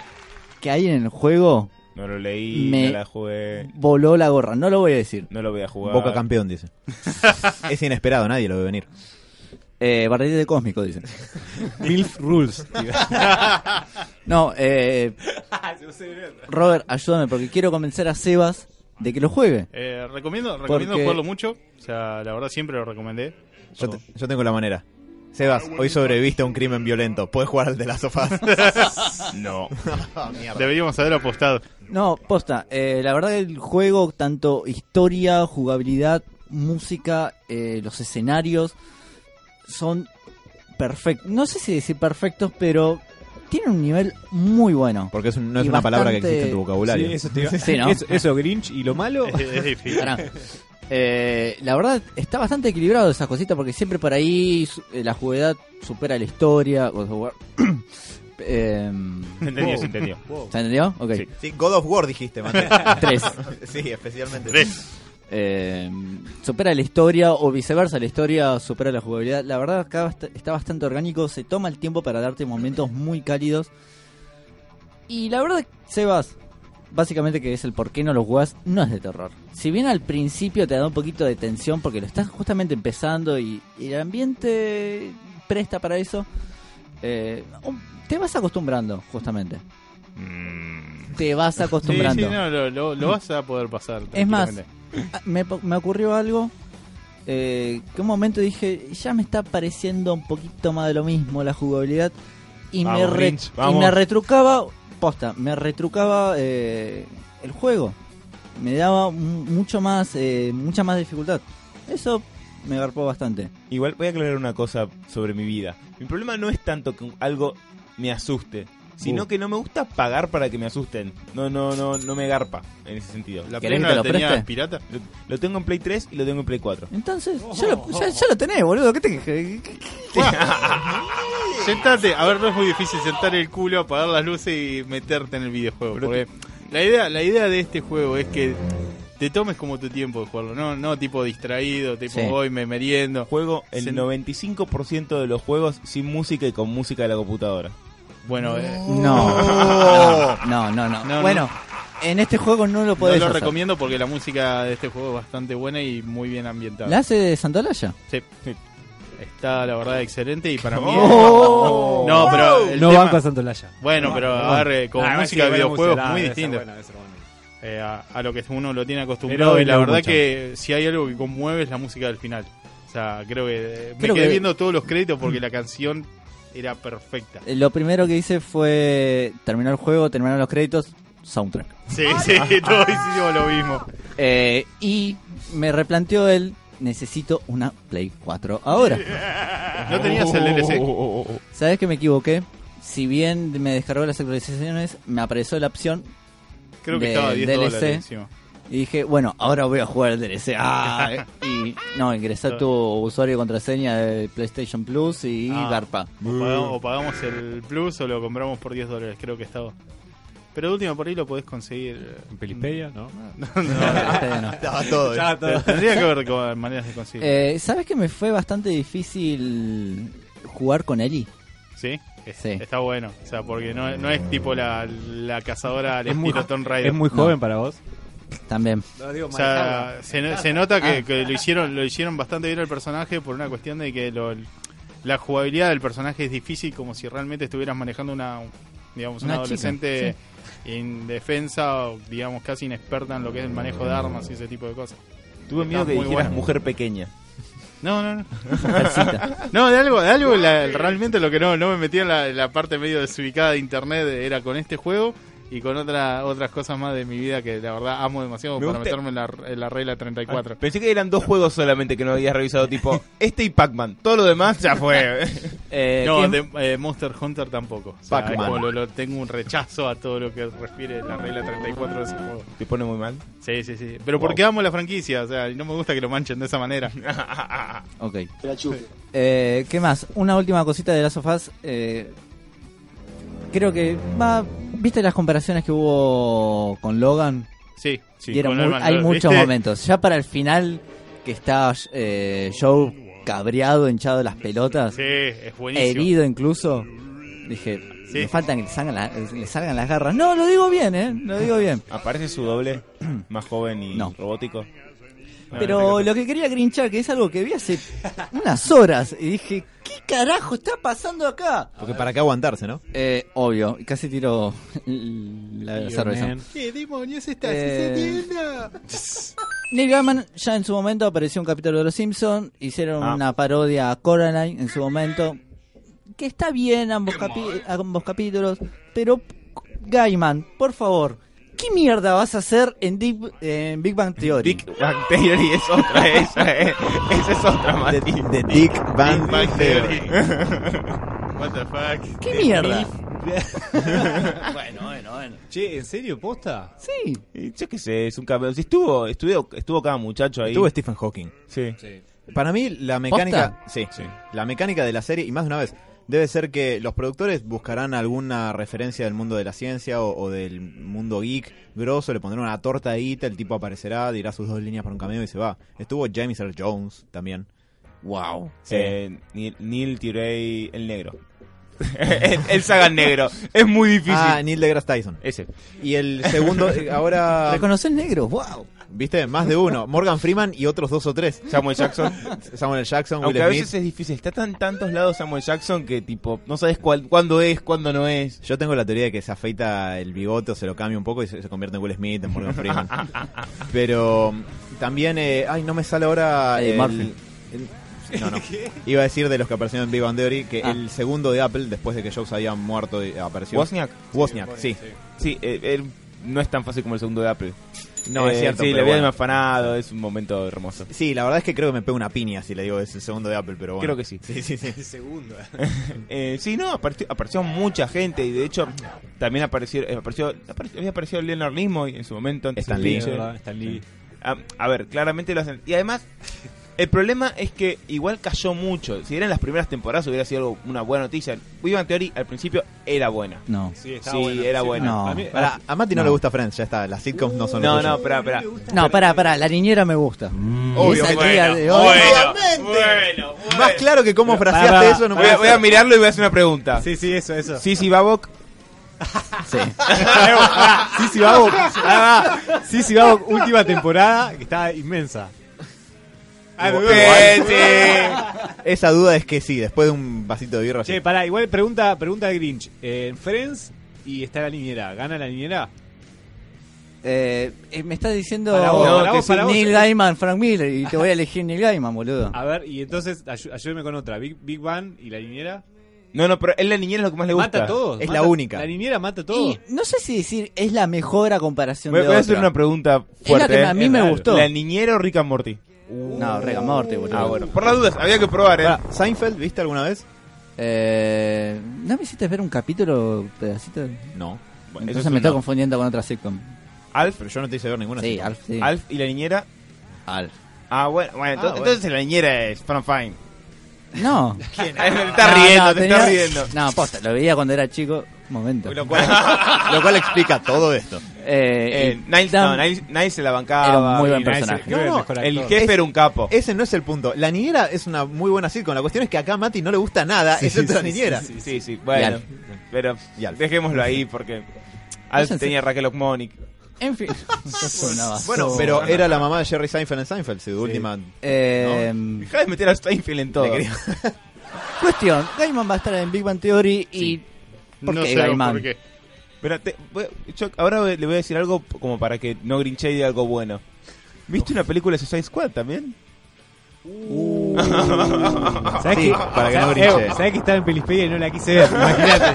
C: que hay en el juego
B: No lo leí,
C: Me-
B: no la jugué,
C: voló la gorra. No lo voy a decir.
B: no lo voy a jugar.
E: Boca campeón, dice. Es inesperado, nadie lo ve venir.
C: Eh, barrilete cósmico, dicen.
D: MILF Rules. tío.
C: No, eh, Robert, ayúdame porque quiero convencer a Sebas de que lo juegue.
A: Eh, recomiendo recomiendo
C: Porque-
A: jugarlo mucho. O sea, la verdad siempre lo recomendé.
E: Yo, te- yo tengo la manera. Sebas, hoy sobreviviste a un crimen violento. ¿Puedes jugar al de las sofás? no.
A: Ah, Deberíamos haber apostado.
C: No, posta, eh, la verdad que el juego, tanto historia, jugabilidad, música, eh, los escenarios, son perfectos. No sé si decir perfectos, pero tienen un nivel muy bueno.
E: Porque es un- no es
C: Y
E: una palabra que
C: bastante-
E: existe en tu vocabulario.
D: Sí, eso, te iba-
C: Sí, ¿no?
D: eso, eso, Grinch y lo malo.
A: Es, es difícil.
C: Pará. Eh, la verdad está bastante equilibrado esas cositas porque siempre por ahí su- eh, la jugabilidad supera la historia. God of War. Em,
A: Entendió, se entendió.
C: ¿Se entendió? Ok.
E: Sí, God of War dijiste, Mate.
C: Tres.
E: sí, especialmente.
A: Tres.
C: Eh, supera la historia o viceversa, la historia supera la jugabilidad. La verdad acá bast- está bastante orgánico, se toma el tiempo para darte momentos muy cálidos. Y la verdad, Sebas, básicamente que es el por qué no lo jugás, no es de terror. Si bien al principio te da un poquito de tensión porque lo estás justamente empezando y, y el ambiente presta para eso, eh, un- te vas acostumbrando justamente. Te vas
A: Mm. Sí,
C: acostumbrando.
A: sí, no, lo, lo- lo vas a poder pasar.
C: Es más,
A: tranquilamente.
C: Ah, me, po- me ocurrió algo eh, que un momento dije, ya me está pareciendo un poquito más de lo mismo la jugabilidad y,
D: Vamos,
C: me, re-
D: Grinch,
C: y
D: vamos.
C: me retrucaba, posta, me retrucaba eh, el juego. Me daba mu- mucho más, eh, mucha más dificultad. Eso me garpó bastante.
B: Igual voy a aclarar una cosa sobre mi vida. Mi problema no es tanto que algo me asuste, sino
C: Uh.
B: que no me gusta pagar para que me asusten. No, no, no, no me garpa en ese sentido.
A: ¿La Play
C: ¿Querés
A: no
C: que
A: la
C: te lo
A: tenía
C: preste?
A: pirata?
B: Lo, lo tengo en Play 3 y lo tengo en Play 4.
C: Entonces, ya, lo, ya- ya lo tenés, boludo. ¿Qué te qué- qué-
A: Sentate, a ver, no es muy difícil sentar el culo, apagar las luces y meterte en el videojuego. porque la idea, la idea de este juego es que te tomes como tu tiempo de jugarlo, no, no tipo distraído, tipo
C: Sí.
A: voy, me meriendo.
B: Juego el
A: Se-
B: 95% de los juegos sin música y con música de la computadora.
A: Bueno, eh,
C: No, no, no, no.
A: No,
C: bueno, en este juego no lo
A: no
C: podés
A: lo
C: hacer.
A: recomiendo porque la música de este juego es bastante buena y muy bien ambientada.
C: ¿La hace de Santolaya?
A: Sí. Está la verdad excelente y para mí.
D: Oh.
A: No, pero el
D: No
A: tema-
D: banco a Santolaya.
A: Bueno, pero a ver, eh, como
D: Ah, sí,
A: música de
D: buena
A: videojuegos
D: música,
A: muy
D: debe ser
A: distinta
D: buena, debe ser buena.
A: eh, a, a lo que uno lo tiene acostumbrado
D: Pero
A: y la
D: no
A: verdad
D: mucho.
A: que si hay algo que conmueve es la música del final. O sea, creo que eh, me
C: Creo
A: quedé
C: que-
A: viendo todos los créditos porque la canción era perfecta.
C: Eh, Lo primero que hice fue terminar el juego, terminar los créditos, soundtrack.
A: Sí, sí, todos hicimos lo mismo.
C: Eh, y me replanteó él, necesito una Play 4 ahora.
A: ¿No tenías el DLC?
C: ¿Sabes que me equivoqué? Si bien me descargó las actualizaciones, me apareció la opción
A: Creo que
C: de-
A: estaba a 10
C: DLC.
A: dólares encima.
C: y dije, bueno, ahora voy a jugar el DLC. Ah, y no, ingresé tu usuario y contraseña de PlayStation Plus y
A: Ah.
C: Garpa.
A: O pagamos, o pagamos el Plus o lo compramos por 10 dólares, creo que estaba. Pero de última por ahí lo podés conseguir. eh,
D: En Pelispedia, ¿no?
C: Este, no.
E: Estaba todo.
A: Pero Tendría que haber co- maneras de conseguir.
C: Eh, ¿Sabes que me fue bastante difícil jugar con Ellie?
A: ¿Sí? Es-
C: sí.
A: Está bueno. O sea, porque no, no es tipo la, la cazadora al
D: Es muy,
A: estilo Tomb Raider.
D: es muy
C: No.
D: joven para vos.
C: También.
A: O sea, se, no- se nota
C: Ah.
A: que, que lo hicieron lo hicieron bastante bien al personaje por una cuestión de que lo- la jugabilidad del personaje es difícil como si realmente estuvieras manejando una digamos una,
C: Una chica,
A: adolescente indefensa o digamos casi inexperta en lo que es el manejo de armas y ese tipo de cosas.
B: Tuve
A: Está
B: miedo que
A: muy
B: dijeras
A: bueno.
B: mujer pequeña.
A: No, no, no.
C: Mujercita.
A: No, de algo, de algo la- realmente lo que no, no me metía en la, la parte medio desubicada de internet era con este juego y con otra, otras cosas más de mi vida que la verdad amo demasiado
B: Me
A: para
B: gusta- Ah,
A: meterme en la, en la regla 34.
B: Pensé que eran dos juegos solamente que no habías revisado, tipo este y Pac-Man. Todo lo demás ya fue.
C: Eh,
A: No,
C: ¿quién-
A: de, eh, Monster Hunter tampoco. O sea,
E: Pac-Man.
A: es como lo- lo- tengo un rechazo a todo lo que refiere la regla 34 de ese juego.
B: Te pone muy mal.
A: Sí, sí, sí. Pero porque amo la franquicia, o sea, y no me gusta que lo manchen de esa manera.
C: Ok. Eh, ¿Qué más? Una última cosita de las sofás. eh, creo que va. ¿Viste las comparaciones que hubo con Logan?
A: Sí, sí.
C: Dieron
A: con
C: mu-
A: Norman
C: hay
A: Reedus,
C: muchos
A: ¿viste?
C: momentos. Ya para el final, que está eh, Joe cabreado, hinchado de las pelotas,
A: Sí, es buenísimo.
C: herido incluso. Dije,
A: Sí.
C: me faltan que le salgan, la- le salgan las garras. No, lo digo bien, ¿eh? Lo digo bien.
B: ¿Aparece su doble más joven y
C: No.
B: robótico?
C: Pero lo que quería grinchar, que es algo que vi hace unas horas, y dije, ¿qué carajo está pasando acá?
E: Porque para qué aguantarse, ¿no?
C: Eh, obvio, casi tiro la cerveza.
D: man.
A: ¿Qué demonios estás
C: Eh.
A: haciendo?
C: Neil Gaiman ya en su momento apareció en un capítulo de Los Simpsons, hicieron
B: Ah.
C: una parodia a Coraline en su momento, que está bien ambos, capi- ambos capítulos, pero Gaiman, por favor, ¿qué mierda vas a hacer en, Deep- en Big Bang Theory?
B: Dick Bang Theory es otra, esa es, esa es otra,
E: The,
B: Mati.
E: the Dick Van
A: Big Bang
E: Theory.
A: What the fuck?
C: ¿Qué mierda?
D: bueno, bueno, bueno. Che, ¿en serio, posta?
C: Sí.
B: Y Yo qué sé, es un campeón. Si estuvo, estuvo, estuvo cada muchacho ahí.
E: Tuvo Stephen Hawking.
B: Sí.
D: Sí.
E: Para mí, la mecánica. Sí, La mecánica de la serie, y más de una vez, debe ser que los productores buscarán alguna referencia del mundo de la ciencia o, o del mundo geek grosso, le pondrán una tortadita, el tipo aparecerá, dirá sus dos líneas para un cameo y se va. Estuvo James Earl Jones también.
C: Wow.
B: Eh, Neil, Neil Tirey, el negro. el, el Sagan negro. Es muy difícil.
E: Ah, Neil deGrasse Tyson.
B: Ese.
E: Y el segundo, eh,
B: Ah.
E: ahora.
C: Reconocer negro, wow.
E: ¿Viste? Más de uno. Morgan Freeman y otros dos o tres.
B: Samuel Jackson.
E: Samuel L. Jackson, Will
B: Aunque a
E: Smith.
B: veces es difícil. Está tan tantos lados Samuel Jackson que tipo, no sabes cuál, cuándo es, cuándo no es.
E: Yo tengo la teoría de que se afeita el bigote o se lo cambia un poco y se, se convierte en Will Smith, en Morgan Freeman. Pero mm, también, eh, ay, no me sale ahora. eh,
C: Eddie
E: el-
C: Murphy.
E: el- no, no. Iba a decir de los que aparecieron en Big Bang Theory que
C: Ah.
E: el segundo de Apple, después de que Jobs había muerto, y apareció.
B: Wozniak.
E: Wozniak, sí.
B: Sí, eh, él no es tan fácil como el segundo de Apple.
E: No, es
B: Eh,
E: cierto.
B: Sí,
E: pero
B: le habían
E: bueno.
B: afanado. Es un momento hermoso.
E: Sí, la verdad es que creo que me pego una piña si le digo es el segundo de Apple, pero bueno.
B: Creo que sí.
E: Sí, sí, sí.
D: segundo.
B: Eh, sí, no, apareció, apareció mucha gente y de hecho también apareció, eh, apareció, apare- había aparecido Leonard Nimoy en su momento antes
E: Stan
B: del
E: Lee,
B: pinche.
D: Está Lee.
B: A, a ver, claramente lo hacen. Y además, el problema es que igual cayó mucho. Si eran las primeras temporadas hubiera sido algo- una buena noticia. Viva en teoría al principio era buena.
C: No.
D: Sí,
B: Sí, era bueno.
C: No.
D: A mí-
E: Pará, a Mati no,
C: No.
E: le gusta Friends, ya está. Las sitcoms no son lo
B: No,
E: tuyo.
B: no, espera, espera.
C: No, pará, pará, la niñera me gusta.
E: Obvio,
C: Esa
E: bueno,
C: tía de hoy-
B: bueno, bueno.
E: Más claro que cómo
D: Pero,
E: fraseaste
D: pará,
E: eso, no
B: voy, a,
E: puede
B: voy a mirarlo y voy a hacer una pregunta. Sí,
D: Sí, sí, eso, eso.
B: sí, Babok.
C: Sí.
D: Sí, sí, Babo. Ah, ah. Sí, sí, Babo, última temporada, que está inmensa. Ah, no, no,
B: Sí,
D: no.
B: sí.
E: Esa duda es que sí, después de un vasito de birra.
D: Che,
E: sí.
D: pará, igual pregunta, pregunta de Grinch. Eh, En Friends y está la niñera. ¿Gana la niñera?
C: Eh, eh, me estás diciendo
D: Para vos,
B: para
D: vos, para vos.
C: Neil Gaiman, Frank Miller, y te voy a elegir Neil Gaiman, boludo.
D: A ver, y entonces ayu- ayúdeme con otra. Big, Big Bang y la niñera.
B: No, no, pero él la niñera es lo que más le gusta.
D: Mata a todos.
E: Es
D: mata-
E: la única.
D: La niñera mata a todos.
C: Y no sé si decir es la mejor a comparación
B: Voy,
C: de
B: voy a
C: otra.
B: hacer una pregunta
C: Es la
B: fuerte.
C: que
B: eh.
C: a mí
D: es
C: me
D: raro.
C: gustó.
B: ¿La niñera o Rick and Morty?
E: Ah,
C: No, Rega Morty, boludo.
B: Ah, bueno. Por las dudas, había que probar, eh.
E: Pará, ¿Seinfeld viste alguna vez?
C: Eh, ¿No me hiciste ver un capítulo pedacito?
E: No.
B: Bueno, eso es
C: Entonces me
B: un
C: estoy
B: no.
C: confundiendo con otra sitcom.
B: Alf,
E: Pero yo no te hice ver ninguna.
C: Sí,
E: sitcom.
C: Alf, sí.
B: Alf y la niñera.
C: Alf.
B: Ah, bueno, bueno,
E: Ah,
B: entonces,
E: bueno.
B: entonces la niñera es Fran Fine.
C: No.
B: te está
C: No,
B: riendo,
C: no,
B: te
C: tenía-
B: está riendo.
C: No, posta, lo veía cuando era chico. Un momento.
E: Lo cual, lo cual explica todo esto.
C: Eh,
B: Eh,
C: y
B: Niles,
C: Dan-
B: no, Niles, Niles se la bancaba.
C: Era un muy buen
B: y Niles-
C: personaje.
D: No, no,
B: El jefe
E: Es-
B: era un capo.
E: Ese no es el punto. La niñera es una muy buena sitcom. La cuestión es que acá a Mati no le gusta nada, excepto la niñera.
B: Sí, sí, sí, bueno.
C: Alf.
B: Pero
E: Y Alf.
B: dejémoslo ahí porque Alf
C: Es en
B: tenía Raquel O'Monic.
C: En fin. Sos una basura.
E: Bueno, pero era la mamá de Jerry Seinfeld en Seinfeld, su última.
C: Eh,
B: Dejá de meter a Steinfeld en todo.
E: Le quería-
C: Cuestión, Gaiman va a estar en Big Bang Theory y... ¿Por
A: no
C: qué
A: sé
C: Gaiman?
A: por qué.
B: Pero te- voy- yo ahora le voy a decir algo como para que no grinche y diga algo bueno. ¿Viste una película de Suicide Squad también?
D: ¿Sabes
E: Sí,
D: que,
B: Ah,
E: para que no
D: sabés-
E: brinche.
D: eh, sabés que estaba en Pelispedia y no la quise ver? Imagínate.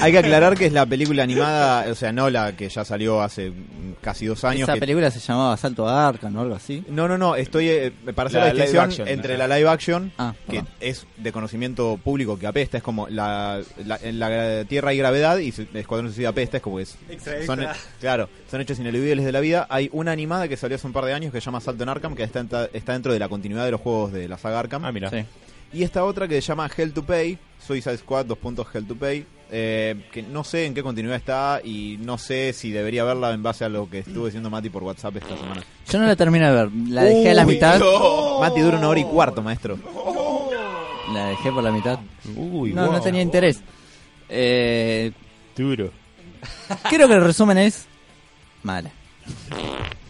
E: Hay que aclarar que es la película animada, o sea, no la que ya salió hace mm, casi dos años.
C: Esa
E: que-
C: película se llamaba Asalto a Arkham o algo así.
E: No, no, no, estoy eh, para hacer
B: La
E: la,
B: live
E: distinción
B: action.
E: entre la live action,
C: Ah,
E: que
C: perdón.
E: es de conocimiento público que apesta, es como la, la- en la Tierra hay gravedad y su- Escuadrón Suicida apesta, es como que es-
D: Extra,
E: son,
D: extra.
E: claro, son hechos ineludibles de la vida. Hay una animada que salió hace un par de años que se llama Salto en Arkham, que está, en- está dentro de la continuidad de los juegos de la saga Arkham.
B: Ah, mira.
C: Sí.
E: Y esta otra que se llama Hell to Pay, Suicide Squad, dos puntos Hell to Pay, eh, que no sé en qué continuidad está y no sé si debería verla en base a lo que estuve diciendo Mati por WhatsApp esta semana.
C: Yo no la terminé de ver, la dejé a la
E: Uy,
C: mitad.
E: Mati dura una hora y cuarto, maestro.
C: La dejé por la mitad.
B: Uy,
C: no, no
B: wow.
C: tenía interés. Eh,
B: Duro.
C: creo que el resumen es mala.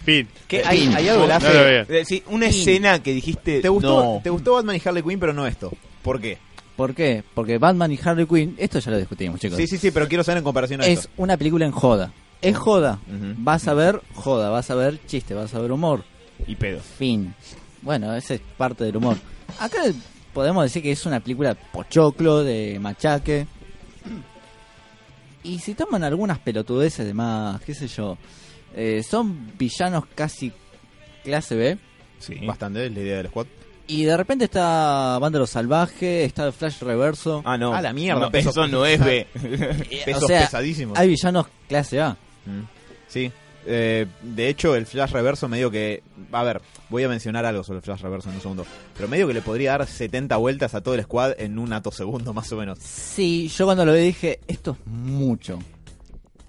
A: Fin.
E: ¿Qué? ¿Hay, hay algo que la
A: No
E: hace-
A: lo veo.
B: Es decir, Eh, una
E: Sí.
B: escena que dijiste.
E: ¿Te gustó,
B: No.
E: ¿Te gustó Batman y Harley Quinn, pero no esto? ¿Por qué?
C: ¿Por qué? Porque Batman y Harley Quinn, esto ya lo discutimos, chicos.
E: Sí, sí, sí, pero quiero saber en comparación a
C: es
E: esto.
C: una película en joda. Es joda.
E: Ujú.
C: Vas a ver joda, vas a ver chiste, vas a ver humor.
B: Y pedos.
C: Fin. Bueno, esa es parte del humor. Acá podemos decir que es una película pochoclo, de machaque. Y si toman algunas pelotudeces de más, qué sé yo. eh, son villanos casi clase B.
B: Sí.
E: Bastante, es la idea del squad.
C: Y de repente está Vándalo Salvaje, está Flash Reverso.
B: Ah, no.
E: A la mierda,
B: No,
E: pesos.
B: eso no es B.
C: Eh,
E: Pesos
C: o sea,
E: pesadísimos.
C: hay villanos clase A.
E: Mm. Sí. Eh, de hecho, el Flash Reverso medio que... A ver, voy a mencionar algo sobre el Flash Reverso en un segundo. Pero medio que le podría dar 70 vueltas a todo el squad en un ato segundo, más o menos.
C: Sí, yo cuando lo vi dije, esto es mucho.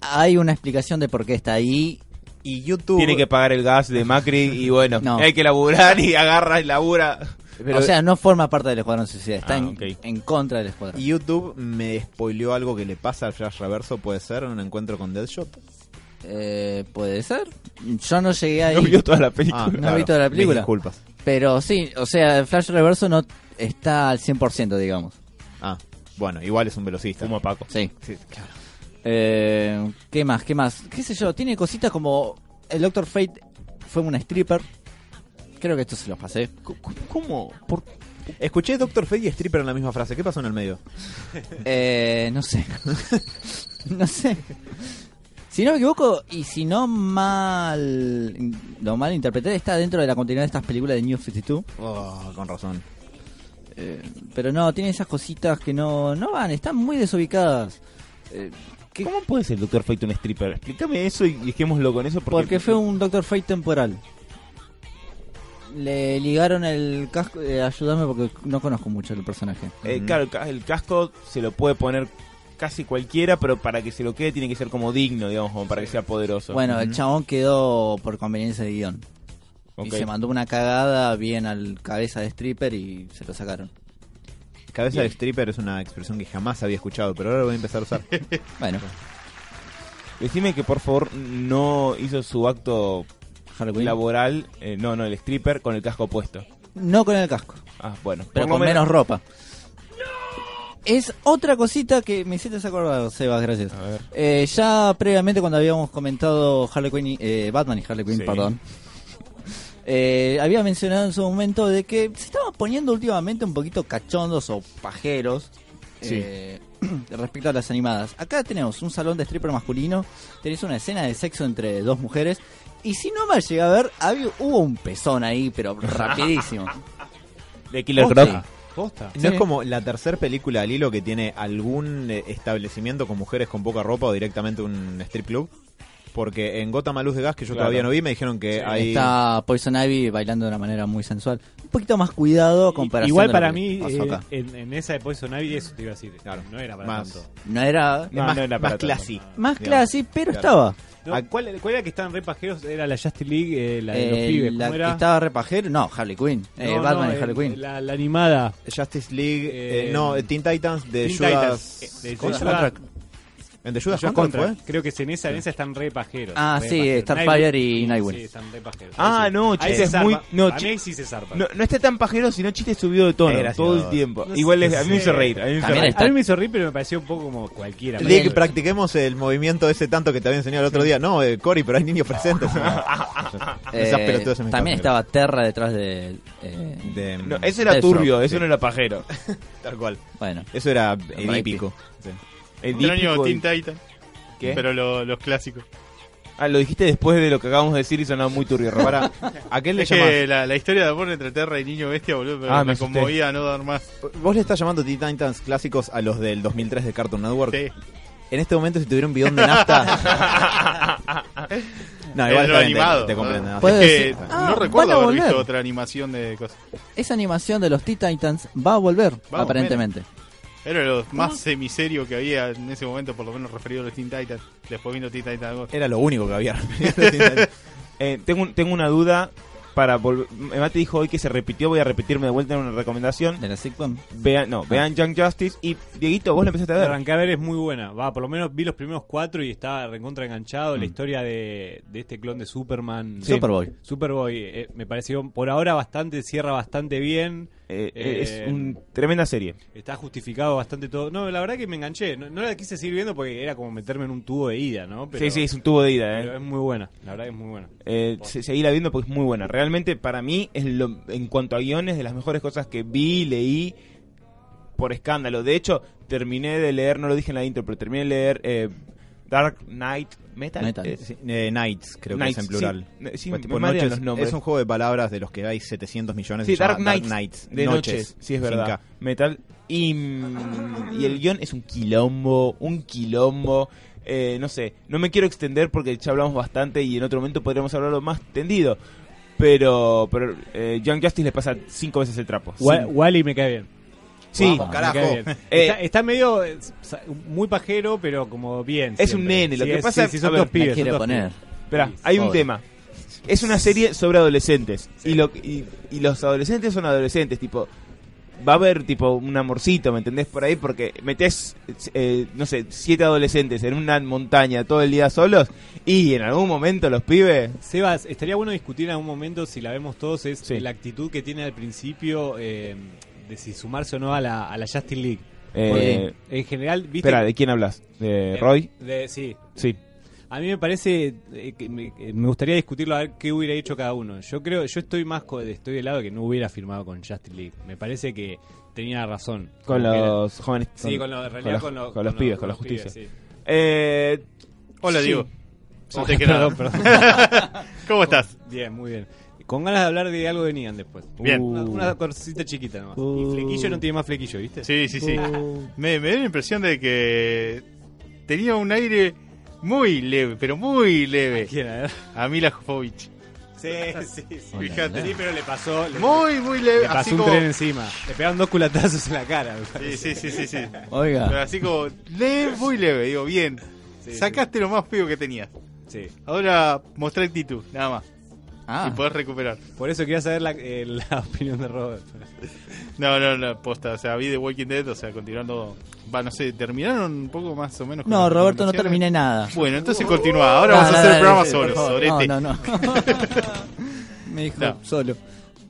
C: Hay una explicación de por qué está ahí.
E: Y YouTube...
B: Tiene que pagar el gas de Macri y bueno,
C: No.
B: hay que laburar y agarra y labura.
C: o sea, no forma parte del Escuadrón Suicida, está
B: Ah,
C: en,
B: ok.
C: en contra del Escuadrón.
E: YouTube me spoileó algo que le pasa al Flash Reverso, puede ser, en un encuentro con Deadshot.
C: Eh, ¿Puede ser? Yo no llegué ahí,
B: no vio toda la película.
E: Ah,
C: no he visto la
E: Mis
C: película.
E: Disculpas.
C: pero sí, o sea, el Flash Reverso no está al 100%, digamos.
E: Ah, bueno, igual es un velocista.
B: Como Paco.
C: Sí.
E: Sí, claro.
C: Eh, ¿Qué más? ¿Qué más? ¿Qué sé yo? Tiene cositas como el Doctor Fate fue una stripper. Creo que esto se los pasé.
B: ¿Cómo? ¿Por qué?
E: Escuché Doctor Fate y Stripper en la misma frase. ¿Qué pasó en el medio?
C: Eh, no sé. no sé. Si no me equivoco, y si no mal lo mal interpreté, está dentro de la continuidad de estas películas de New 52.
E: Oh, con razón.
C: Eh, pero no, tiene esas cositas que no, no van, están muy desubicadas. Eh, ¿qué-
B: ¿Cómo puede ser Doctor Fate un stripper? Explícame eso y dejémoslo con eso. Porque,
C: Porque fue un Doctor Fate temporal. Le ligaron el casco. eh, ayúdame porque no conozco mucho el personaje.
B: Eh,
E: Mm.
B: Claro, el ca- el casco se lo puede poner casi cualquiera, pero para que se lo quede tiene que ser como digno, digamos, como para que sea poderoso.
C: Bueno, el chabón quedó por conveniencia de guión.
B: Ok.
C: Y se mandó una cagada bien al cabeza de stripper y se lo sacaron.
E: Cabeza de stripper es una expresión que jamás había escuchado, pero ahora lo voy a empezar a usar.
C: Bueno,
B: Decime que por favor no hizo su acto
C: Harley Quinn.
B: laboral, eh, no, no, el stripper con el casco puesto.
C: No con el casco,
B: Ah, bueno.
C: pero
B: por lo
C: con menos, ropa. Es otra cosita que me hiciste acordar, Sebas, gracias.
B: A ver.
C: Eh, ya previamente cuando habíamos comentado Harley Quinn y- eh, Batman y Harley Quinn,
B: Sí.
C: perdón. eh, había mencionado en su momento de que se estaban poniendo últimamente un poquito cachondos o pajeros eh, respecto a las animadas. Acá tenemos un salón de stripper masculino, tenés una escena de sexo entre dos mujeres y si no mal llegué a ver, había, hubo un pezón ahí, pero rapidísimo.
B: De Killer
C: Posta.
B: Croc.
D: Posta.
E: ¿No
C: Sí.
E: es como la tercer película al hilo que tiene algún eh, establecimiento con mujeres con poca ropa o directamente un strip club? Porque en Gotham a Luz de Gas, que yo
B: Claro.
E: todavía no vi, me dijeron que hay...
C: Está Poison Ivy bailando de una manera muy sensual. Un poquito más cuidado a comparación
D: Igual
C: de lo
D: para
C: que
D: mí,
C: pasó
D: eh,
C: acá.
D: en, en esa de Poison Ivy, eso te iba a decir.
E: Claro.
D: No era para
E: Más.
D: tanto.
C: No era
B: No,
E: más,
B: no era
E: más
B: para tanto.
E: classy. digamos.
C: más clase, pero
E: Claro.
C: estaba.
D: No,
E: Ah.
D: ¿cuál, ¿Cuál era que estaban re pajeros? Era la Justice League, eh, la de los
C: Eh,
D: pibes.
C: la
D: ¿Cómo
C: que
D: era?
C: estaba repajero, no, Harley Quinn. Eh,
D: No,
C: Batman
D: no,
C: y Harley
D: el-
C: Quinn.
D: La, la animada.
E: Justice League, eh,
D: Eh,
E: no, eh, Teen Titans de
D: Teen
E: Judas.
D: Titans, eh, de
E: ¿Cómo se
D: Judas-
E: llama? ¿En The Judas,
D: Yo
E: Contract
D: contra.
E: fue?
D: Creo que es en esa, en esa están re pajeros.
C: ¿eh? Ah,
D: re
C: sí,
D: pajeros.
C: Starfire y
D: sí,
C: Nightwing.
D: Sí, están re pajeros.
B: Ah,
D: Ahí
B: no,
D: sí. Ahí
B: chiste
D: se
B: es muy-
D: zarpa.
B: no,
D: A
B: chi-
D: mí sí se zarpa.
B: No, no está tan pajero, sino chiste subido de tono
E: Es gracioso.
B: todo el tiempo.
D: No
B: Igual
D: sé,
B: es- a mí me
D: sí.
B: hizo reír. A mí me hizo
C: También
B: reír.
C: está-
D: A mí me hizo reír, pero me pareció un poco como cualquiera.
E: League, practiquemos el movimiento ese tanto que te había enseñado el otro día. No, eh, Cory, pero hay niños presentes. Esas
C: Eh,
E: pelotudas se me
C: también
E: escapan.
C: estaba Terra detrás de. eh,
E: De- mm,
B: No, eso era
C: Death
B: turbio,
C: Rock,
B: eso no era pajero.
E: Tal cual.
C: Bueno,
E: Eso era
C: Rape.
E: edípico.
B: El
A: Extraño
B: típico-
A: Teen Titan,
B: ¿Qué?
A: pero lo- los clásicos.
B: Ah, lo dijiste después de lo que acabamos de decir y sonaba muy turbio. Roberto.
E: Para, ¿a qué le
A: Es que
E: llamás?
A: la, la historia de amor entre Terra y Niño Bestia, boludo, me-
B: Ah, me
A: me,
B: asusté.
A: conmovía a no dar más.
E: Vos le estás llamando Teen Titans clásicos a los del 2003 de Cartoon Network.
A: Sí.
E: En este momento, si tuviera un bidón de nafta. no,
A: Es
E: igual
A: lo
E: está bien, te-
A: animado.
E: Te, comprendo.
A: ¿no?
E: así
C: Puede
A: Es que
C: decir- Ah,
A: Eh, no
C: van
A: recuerdo
C: a
A: haber
C: volver.
A: visto otra animación de cosas.
C: esa animación de los Teen Titans va a volver,
A: Vamos,
C: aparentemente.
A: Era lo más semiserio que había en ese momento, por lo menos referido a los Teen Titans. Después vino Teen Titans Go.
E: Era lo único que había.
B: Eh, tengo, un- tengo una duda para volver. Mati dijo hoy que se repitió, voy a repetirme de vuelta en una recomendación.
C: De Ah. la sitcom.
B: Vean, no, vean Young Justice y Dieguito, vos la empezaste a
D: La
B: ver.
D: arranqué a ver es muy buena. Va, por lo menos vi los primeros cuatro y estaba recontra enganchado. La historia de, de este clon de Superman.
C: Sí. Mm. Superboy.
D: Superboy. eh, me pareció por ahora bastante, cierra bastante bien.
B: Eh,
D: Eh,
B: es una tremenda serie.
D: Está justificado bastante todo. No, la verdad que me enganché. No, no la quise seguir viendo porque era como meterme en un tubo de ida, ¿no? Pero-
B: sí, sí, es un tubo de ida.
D: pero
B: Eh.
D: es muy buena. La verdad que es muy buena.
B: Eh, se- seguíla viendo porque es muy buena. Realmente para mí es lo, en cuanto a guiones de las mejores cosas que vi, leí por escándalo. De hecho, terminé de leer, no lo dije en la intro, pero terminé de leer eh, Dark Knight Metal.
C: Metal.
B: Eh,
E: Sí, eh, Knights, creo
B: Knights,
E: que es en plural.
B: sí. Eh, sí,
E: Pues,
B: me
E: tipo,
B: marean
E: noches,
B: los nombres.
E: Es un juego de palabras de los que hay 700 millones.
B: Sí,
E: se llama
B: Dark Knights, de noches, sí es
E: sin
B: verdad.
E: K.
B: Metal y, mm, y el guión es un quilombo, un quilombo. eh, no sé, no me quiero extender porque ya hablamos bastante y en otro momento podríamos hablarlo más tendido. Pero, pero eh, Young Justice le pasa cinco veces el trapo.
D: Wa-
B: Sí.
D: Wally me cae bien.
B: Sí,
E: Vamos,
D: Me
E: carajo.
D: cae bien.
B: Eh,
D: está, está medio eh, sa- muy pajero, pero como bien.
B: Es un
D: siempre.
B: nene, lo
D: Sí,
B: que
D: es-
B: pasa-
D: sí, sí, son
B: a ver,
D: dos
B: me
D: pibes,
C: la quiere
D: son dos
C: poner.
B: Espera, hay un
C: Joder.
B: tema. Es una serie sobre adolescentes. Y, lo, y, y los adolescentes son adolescentes, tipo. Va a haber, tipo, un amorcito, ¿me entendés? Por ahí, porque metes, eh, no sé, siete adolescentes en una montaña todo el día solos. Y en algún momento los pibes.
D: Sebas, estaría bueno discutir en algún momento, si la vemos todos, es
B: Sí.
D: la actitud que tiene al principio eh, de si sumarse o no a la, a la Justin League.
B: Eh,
D: En general, ¿viste?
B: espera, ¿de quién hablas? ¿De
D: Eh,
B: Roy?
D: de- sí.
B: Sí.
D: A mí me parece eh, que me, eh, me gustaría discutirlo a ver qué hubiera hecho cada uno. Yo creo, yo estoy más co- estoy del lado de que no hubiera firmado con Justin League. Me parece que tenía razón.
B: Con
D: Como que era-
B: los jóvenes.
D: Sí, con, los, en realidad
B: los-
D: con, los-
B: con los pibes, con la
D: pibes,
B: justicia.
D: sí.
B: Eh,
A: Hola,
B: Sí.
A: Diego. No te quiero-
D: Perdón, perdón.
A: ¿Cómo estás?
D: Bien, muy bien. Con ganas de hablar de algo de Negan después.
A: Bien.
D: Una, una cosita chiquita nomás.
C: Uh.
D: Y flequillo no tiene más flequillo, ¿viste?
A: Sí, sí, sí.
D: Uh.
A: Me, me da la impresión de que tenía un aire muy leve, pero muy leve.
D: ¿Quién, a ver?
A: A Mila Jovovich.
D: Sí, sí, sí.
C: Hola,
A: Fíjate.
D: Sí, pero le pasó. Le,
A: Muy, muy leve.
D: le pasó
A: así
D: un
A: como...
D: tren encima. Le pegaron dos culatazos en la cara. me
A: Sí,
D: parece.
A: sí, sí, sí, sí. Pero
C: Oiga,
A: así como leve, muy leve. Digo, bien.
D: Sí,
A: Sacaste lo más feo que tenías.
D: sí.
A: Ahora mostré actitud, nada más.
C: ah,
A: Y podés recuperar.
D: Por eso quería saber la, eh, la opinión de Robert.
A: No, no, no, posta. O sea, vi The Walking Dead, o sea, continuando. Va, no sé, terminaron un poco más o menos. con
C: no,
A: las
C: Roberto, no
A: recomendaciones?
C: terminé nada.
A: Bueno, entonces continúa. Ahora
C: No,
A: vamos
C: no,
A: a hacer
C: no,
A: el programa
C: sí,
A: solo,
C: por favor.
A: sorete.
C: No, no, no. Me dijo
A: No.
C: solo.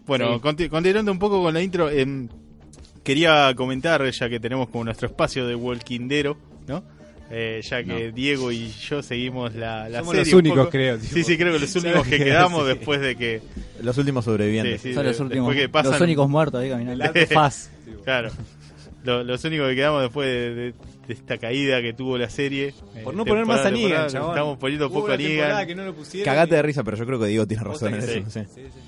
A: Bueno,
C: Sí.
A: conti- continuando un poco con la intro, em, quería comentar, ya que tenemos como nuestro espacio de Walkindero, ¿no? Eh, ya que Diego y yo seguimos la, la
D: Somos
A: serie
D: los
A: un
D: únicos,
A: poco.
D: creo.
A: Sí,
D: tipo.
A: sí, creo que los
D: ¿Sabes
A: únicos que
D: qué?
A: quedamos
D: Sí.
A: después de que.
E: Los últimos
A: sí,
E: sobrevivientes.
A: sí,
C: Son los
A: de-
C: últimos.
A: después que pasan-
C: Los únicos muertos ahí
D: El
C: caminando.
D: arco faz. tipo.
A: Claro. Lo- los únicos que quedamos después de, de- de esta caída que tuvo la serie.
D: Por
A: eh,
D: no poner
A: temporada,
D: más a Negan,
A: temporada,
D: chabón.
A: Estamos poniendo
D: Hubo
A: poco
D: una
A: a Negan.
D: temporada que no lo pusieron.
E: Cagate de
D: y-
E: risa, pero yo creo que Diego tiene
D: Posta
E: razón en
D: que
E: eso.
D: sí.
E: sí.
D: Sí, sí.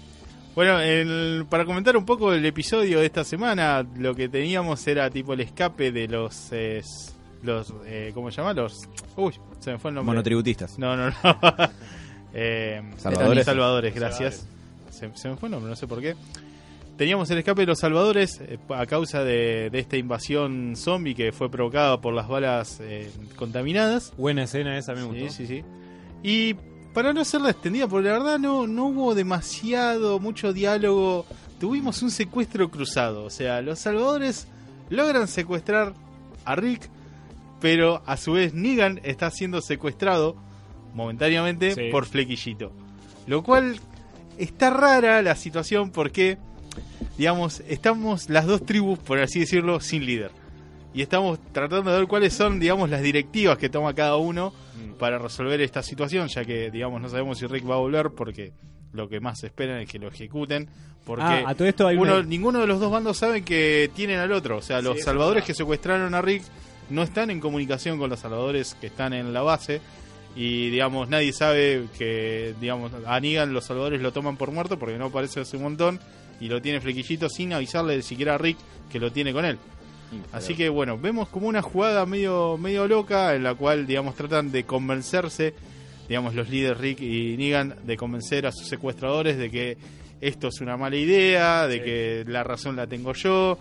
A: Bueno, el- para comentar un poco el episodio de esta semana, lo que teníamos era tipo el escape de los. eh, s- los eh, ¿Cómo se llama? Los. Uy, se me fue el nombre.
E: Monotributistas.
A: No, no, no. Eh,
E: Salvadores.
A: Salvadores, gracias. Se, se me fue el nombre, no sé por qué. Teníamos el escape de los salvadores eh, a causa de, de esta invasión zombie que fue provocada por las balas eh, contaminadas.
D: Buena escena esa, me
A: Sí,
D: gustó.
A: sí, sí. Y para no hacerla extendida, porque la verdad no, no hubo demasiado, mucho diálogo. Tuvimos un secuestro cruzado. O sea, los salvadores logran secuestrar a Rick, pero a su vez Negan está siendo secuestrado momentáneamente
D: Sí.
A: por Flequillito. Lo cual está rara la situación porque, digamos, estamos las dos tribus, por así decirlo, sin líder. Y estamos tratando de ver cuáles son, digamos, las directivas que toma cada uno para resolver esta situación, ya que, digamos, no sabemos si Rick va a volver porque lo que más esperan es que lo ejecuten. Porque
D: Ah, a todo esto hay
A: uno-
D: una-
A: ninguno de los dos bandos sabe que tienen al otro. O sea,
D: Sí,
A: los
D: eso
A: salvadores
D: es verdad.
A: que secuestraron a Rick no están en comunicación con los salvadores que están en la base. Y, digamos, nadie sabe que, digamos, a Negan los salvadores lo toman por muerto porque no aparece hace un montón. Y lo tiene flequillito sin avisarle siquiera a Rick que lo tiene con él. Así que bueno, vemos como una jugada medio, medio loca en la cual, digamos, tratan de convencerse, digamos, los líderes Rick y Negan, de convencer a sus secuestradores de que esto es una mala idea, de
D: Sí.
A: que la razón la tengo yo,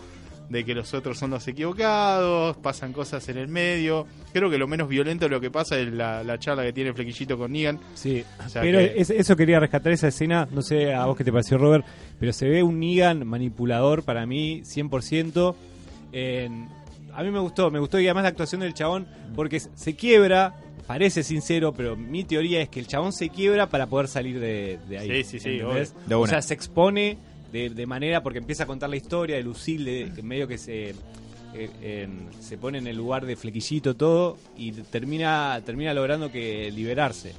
A: de que los otros son los equivocados, pasan cosas en el medio. Creo que lo menos violento de lo que pasa es la, la charla que tiene Flequillito con Negan.
D: Sí,
A: O sea
D: pero
A: que-
D: es- eso quería rescatar esa escena, no sé a vos qué te pareció Robert, pero se ve un Negan manipulador para mí 100%. En- a mí me gustó, me gustó y además la actuación del chabón porque s- se quiebra, parece sincero, pero mi teoría es que el chabón se quiebra para poder salir de, de ahí.
A: Sí, sí, sí,
D: ¿entendés?
E: obvio. De
D: o
E: una.
D: sea, se expone de, de manera porque empieza a contar la historia de Lucille, de- que medio que se eh, en- se pone en el lugar de flequillito todo y termina termina logrando que liberarse.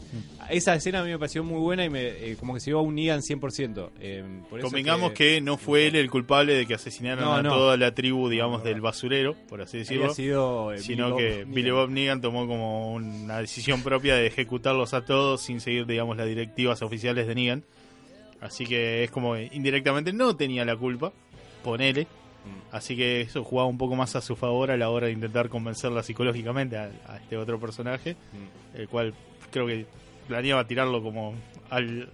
D: Esa escena a mí me pareció muy buena y me, eh, como que se llevó a un Negan 100%. eh, por eso
A: Convengamos que, no fue él el culpable de que asesinaron
D: No,
A: a
D: no.
A: toda la tribu, digamos,
D: No, no, no.
A: del basurero, por así
D: había
A: decirlo.
D: sido eh,
A: Sino
D: Billy
A: que
D: Bob
A: Billy
D: Negan.
A: Bob Negan tomó como una decisión propia de ejecutarlos a todos sin seguir, digamos, las directivas oficiales de Negan. Así que es como que indirectamente no tenía la culpa, ponele. Así que eso jugaba un poco más a su favor a la hora de intentar convencerla psicológicamente a, a este otro personaje, el cual creo que planeaba tirarlo como al,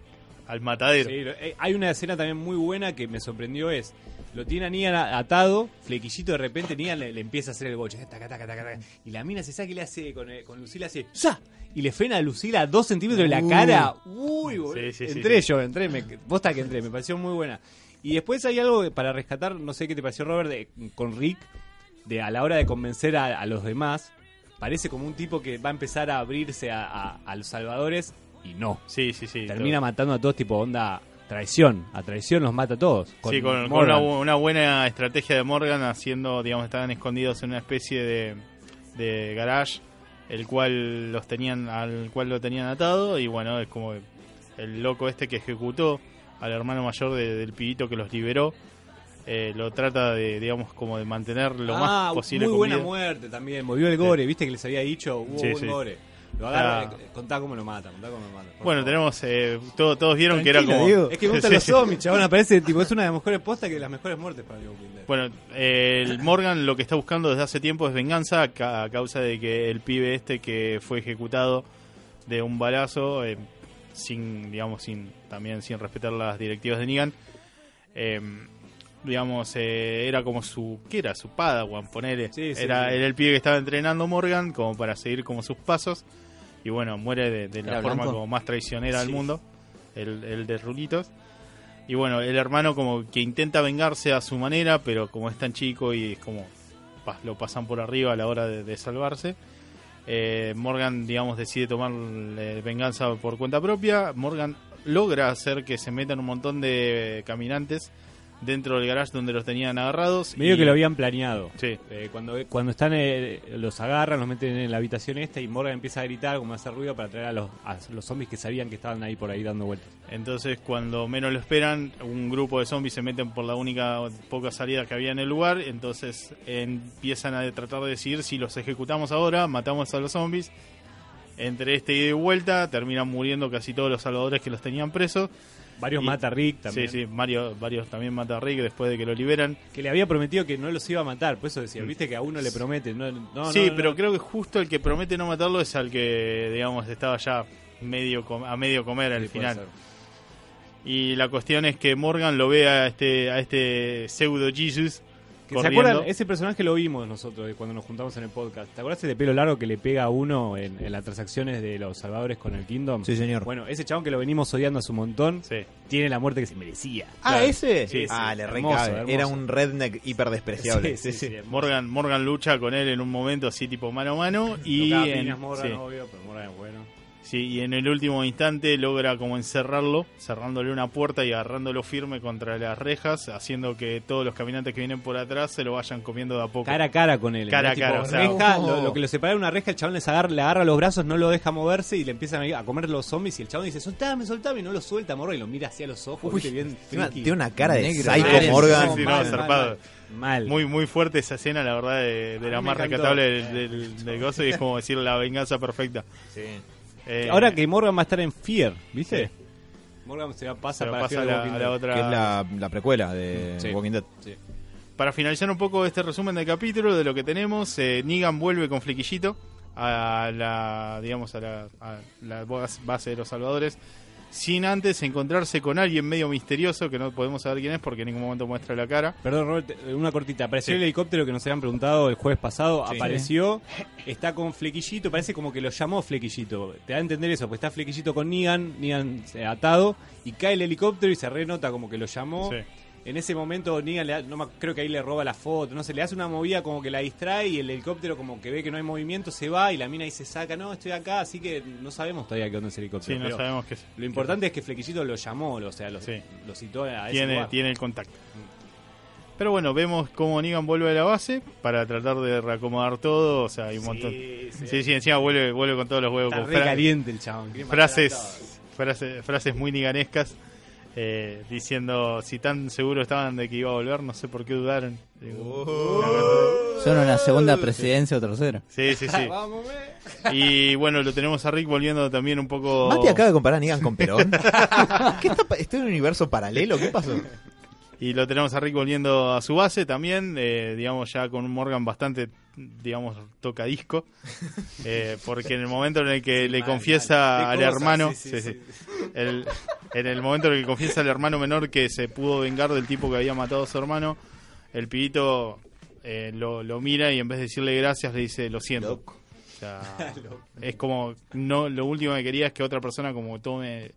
A: al matadero.
D: Sí, lo- eh, hay una escena también muy buena que me sorprendió es lo tiene a Negan a- atado, flequillito de repente Negan le, le empieza a hacer el boche, taca, taca, taca, taca, y la mina se saca y le hace con, eh, con Lucila hace ¡sa! y le frena a Lucila a dos centímetros de la cara. Uy, boludo.
A: Sí, sí, sí,
D: entré
A: sí.
D: yo, entré, me, posta que entré, me pareció muy buena. Y después hay algo que- para rescatar, no sé qué te pareció Robert, de- con Rick, de a la hora de convencer a, a los demás, parece como un tipo que va a empezar a abrirse a- a- a los salvadores y no.
A: Sí, sí, sí.
D: Termina matando a todos, tipo onda traición. A traición los mata a todos.
A: sí, con, con
D: Morgan.
A: una, bu- una buena estrategia de Morgan haciendo, digamos, estaban escondidos en una especie de, de garage, el cual los tenían, al cual lo tenían atado y bueno, es como el loco este que ejecutó al hermano mayor de- del pibito que los liberó, eh, lo trata de, digamos, como de mantener lo
D: Ah,
A: más posible.
D: Muy
A: con
D: buena
A: vida.
D: muerte también. Movió el gore, viste que les había dicho. Hubo
A: Sí,
D: buen
A: sí.
D: gore. Lo agarra,
A: Ah.
D: eh, contá cómo lo mata, contá cómo lo mata. por
A: Bueno,
D: favor.
A: tenemos, eh, todo- todos vieron que era
D: Tranquila,
A: como...
D: Diego. Es que me gustan
A: Sí,
D: los
A: sí.
D: zombies, chabón. Aparece, tipo, es una de las mejores postas que de las mejores muertes para Diego Kinder.
A: Bueno, eh, el Morgan lo que está buscando desde hace tiempo es venganza a ca- a causa de que el pibe este que fue ejecutado de un balazo, eh, sin, digamos, sin, también sin respetar las directivas de Negan, eh, digamos, eh, era como su, ¿qué era? Su padawan, ponele.
D: Sí, sí,
A: era,
D: sí.
A: era el pibe que estaba entrenando Morgan como para seguir como sus pasos. Y bueno, muere de, de la
C: ¿Era
A: forma
C: blanco?
A: como más traicionera del
D: Sí.
A: mundo, el, el de Rulitos. Y bueno, el hermano como que intenta vengarse a su manera, pero como es tan chico y es como pas- lo pasan por arriba a la hora de, de salvarse. eh, Morgan, digamos, decide tomar eh, venganza por cuenta propia. Morgan logra hacer que se metan un montón de caminantes dentro del garage donde los tenían agarrados.
D: Medio
A: y-
D: que lo habían planeado.
A: Sí.
D: Eh, cuando, cuando están, eh, los agarran, los meten en la habitación esta y Morgan empieza a gritar, como hace ruido, para traer a los, a los zombies que sabían que estaban ahí por ahí dando vueltas.
A: Entonces, cuando menos lo esperan, un grupo de zombies se meten por la única poca salida que había en el lugar. Entonces, empiezan a tratar de decidir si los ejecutamos ahora, matamos a los zombies. Entre este ida y vuelta, terminan muriendo casi todos los salvadores que los tenían presos.
D: Varios
A: Y-
D: mata a Rick también.
A: Sí, sí, Mario, varios también mata a Rick después de que lo liberan.
D: Que le había prometido que no los iba a matar, por eso decía, viste que a uno le promete, no, no,
A: sí,
D: no,
A: pero
D: no.
A: creo que justo el que promete no matarlo es al que, digamos, estaba ya medio com- a medio comer al
D: Sí, puede
A: final.
D: ser.
A: Y la cuestión es que Morgan lo ve a este, a este pseudo Jesus.
D: Que ¿Se
A: corriendo.
D: acuerdan? Ese personaje lo vimos nosotros eh, cuando nos juntamos en el podcast. ¿Te acuerdas de pelo largo que le pega a uno en, en las transacciones de los salvadores con el Kingdom?
E: Sí, señor.
D: Bueno, ese chabón que lo venimos odiando hace un montón,
A: Sí.
D: tiene la muerte que se merecía.
E: Ah, ese.
D: Sí, sí.
E: ah, le
D: Hermoso,
E: recabe.
D: hermoso.
E: Era un redneck hiper despreciable.
D: Sí, sí, sí, hermoso.
A: Morgan, Morgan lucha con él en un momento así tipo mano a mano y,
D: Tocaba
A: en,
D: piñas Morgan,
A: sí,
D: obvio, pero Morgan es bueno.
A: sí, y en el último instante logra como encerrarlo, cerrándole una puerta y agarrándolo firme contra las rejas, haciendo que todos los caminantes que vienen por atrás se lo vayan comiendo de a poco.
D: Cara a cara con él.
A: Cara a
D: ¿entendés?
A: cara,
D: Tipo,
A: o
D: reja, lo, lo que lo separa de una reja, el chabón les agarra, le agarra los brazos, no lo deja moverse y le empiezan a a comer los zombies. Y el chabón dice, soltame, soltame, y no lo suelta, morro, y lo mira hacia los ojos. viste, bien
E: Tiene una-
D: freaky.
E: tiene una cara de
C: Negro.
E: psycho
C: Sí, sí,
E: Morgan.
A: sí, no, zarpado.
D: mal.
A: Muy muy fuerte esa escena, la verdad, de, de la
D: A mí me
A: más
D: encantó.
A: recatable del, del- del gozo y es como decir la venganza perfecta. Eh,
D: Ahora que Morgan va a estar en Fear, ¿viste?
A: Sí.
D: Morgan se va a
A: se
D: pasar
A: lo
D: para
A: pasa a
D: Fear de
A: la,
D: Walking
A: a la
D: Dead.
A: otra
E: Que es la, la precuela
B: Mm.
E: de
D: Sí.
E: Walking Dead.
A: Para finalizar un poco este resumen del capítulo de lo que tenemos, eh, Negan vuelve con Flequillito a la digamos a la, a la bas- base de los Salvadores sin antes encontrarse con alguien medio misterioso que no podemos saber quién es porque en ningún momento muestra la cara.
D: Perdón, Robert, eh, una cortita. Apareció el helicóptero que nos habían preguntado el jueves pasado. Apareció, está con Flequillito, parece como que lo llamó Flequillito. Te da a entender eso, pues está Flequillito con Negan, Negan eh, atado, y cae el helicóptero y se renota como que lo llamó.
A: Sí.
D: En ese momento Negan le da- no, me- creo que ahí le roba la foto, no sé, le hace una movida como que la distrae y el helicóptero como que ve que no hay movimiento, se va y la mina ahí se saca, no, estoy acá, así que no sabemos todavía qué onda ese
A: Sí,
D: helicóptero.
A: no
D: pero
A: sabemos qué es.
D: Lo importante es que Flequillito lo llamó, o sea, lo,
A: Sí.
D: lo citó a ese
A: tiene,
D: lugar.
A: tiene el contacto. Pero bueno, vemos cómo Negan vuelve a la base para tratar de reacomodar todo. O sea, hay un montón.
D: Sí, sí.
A: Sí, sí, encima vuelve, vuelve con todos los huevos.
D: Está
A: con
D: re
A: fra-
D: caliente el chabón. quiere matar a todos.
A: frases, frases, frases muy niganescas eh, diciendo si tan seguro estaban de que iba a volver, no sé por qué dudaron. Digo,
C: Son una segunda presidencia o tercera.
A: Sí, sí, sí.
D: Vamos, ve.
A: Y bueno, lo tenemos a Rick volviendo también un poco.
E: Mati acaba de comparar a Negan con Perón. ¿Qué está, pa- ¿Está en un universo paralelo? ¿Qué pasó?
A: Y lo tenemos a Rick volviendo a su base también, eh, digamos ya con un Morgan bastante, digamos, tocadisco, eh, porque en el momento en el que le
D: Mal,
A: confiesa
D: mal.
A: al
D: Qué cosa,
A: hermano,
D: sí, sí,
A: sí,
D: sí.
A: sí, el- en el momento en el que confiesa al hermano menor que se pudo vengar del tipo que había matado a su hermano, el pibito eh, lo, lo mira y en vez de decirle gracias le dice lo siento. O sea, es como no lo último que quería es que otra persona como tome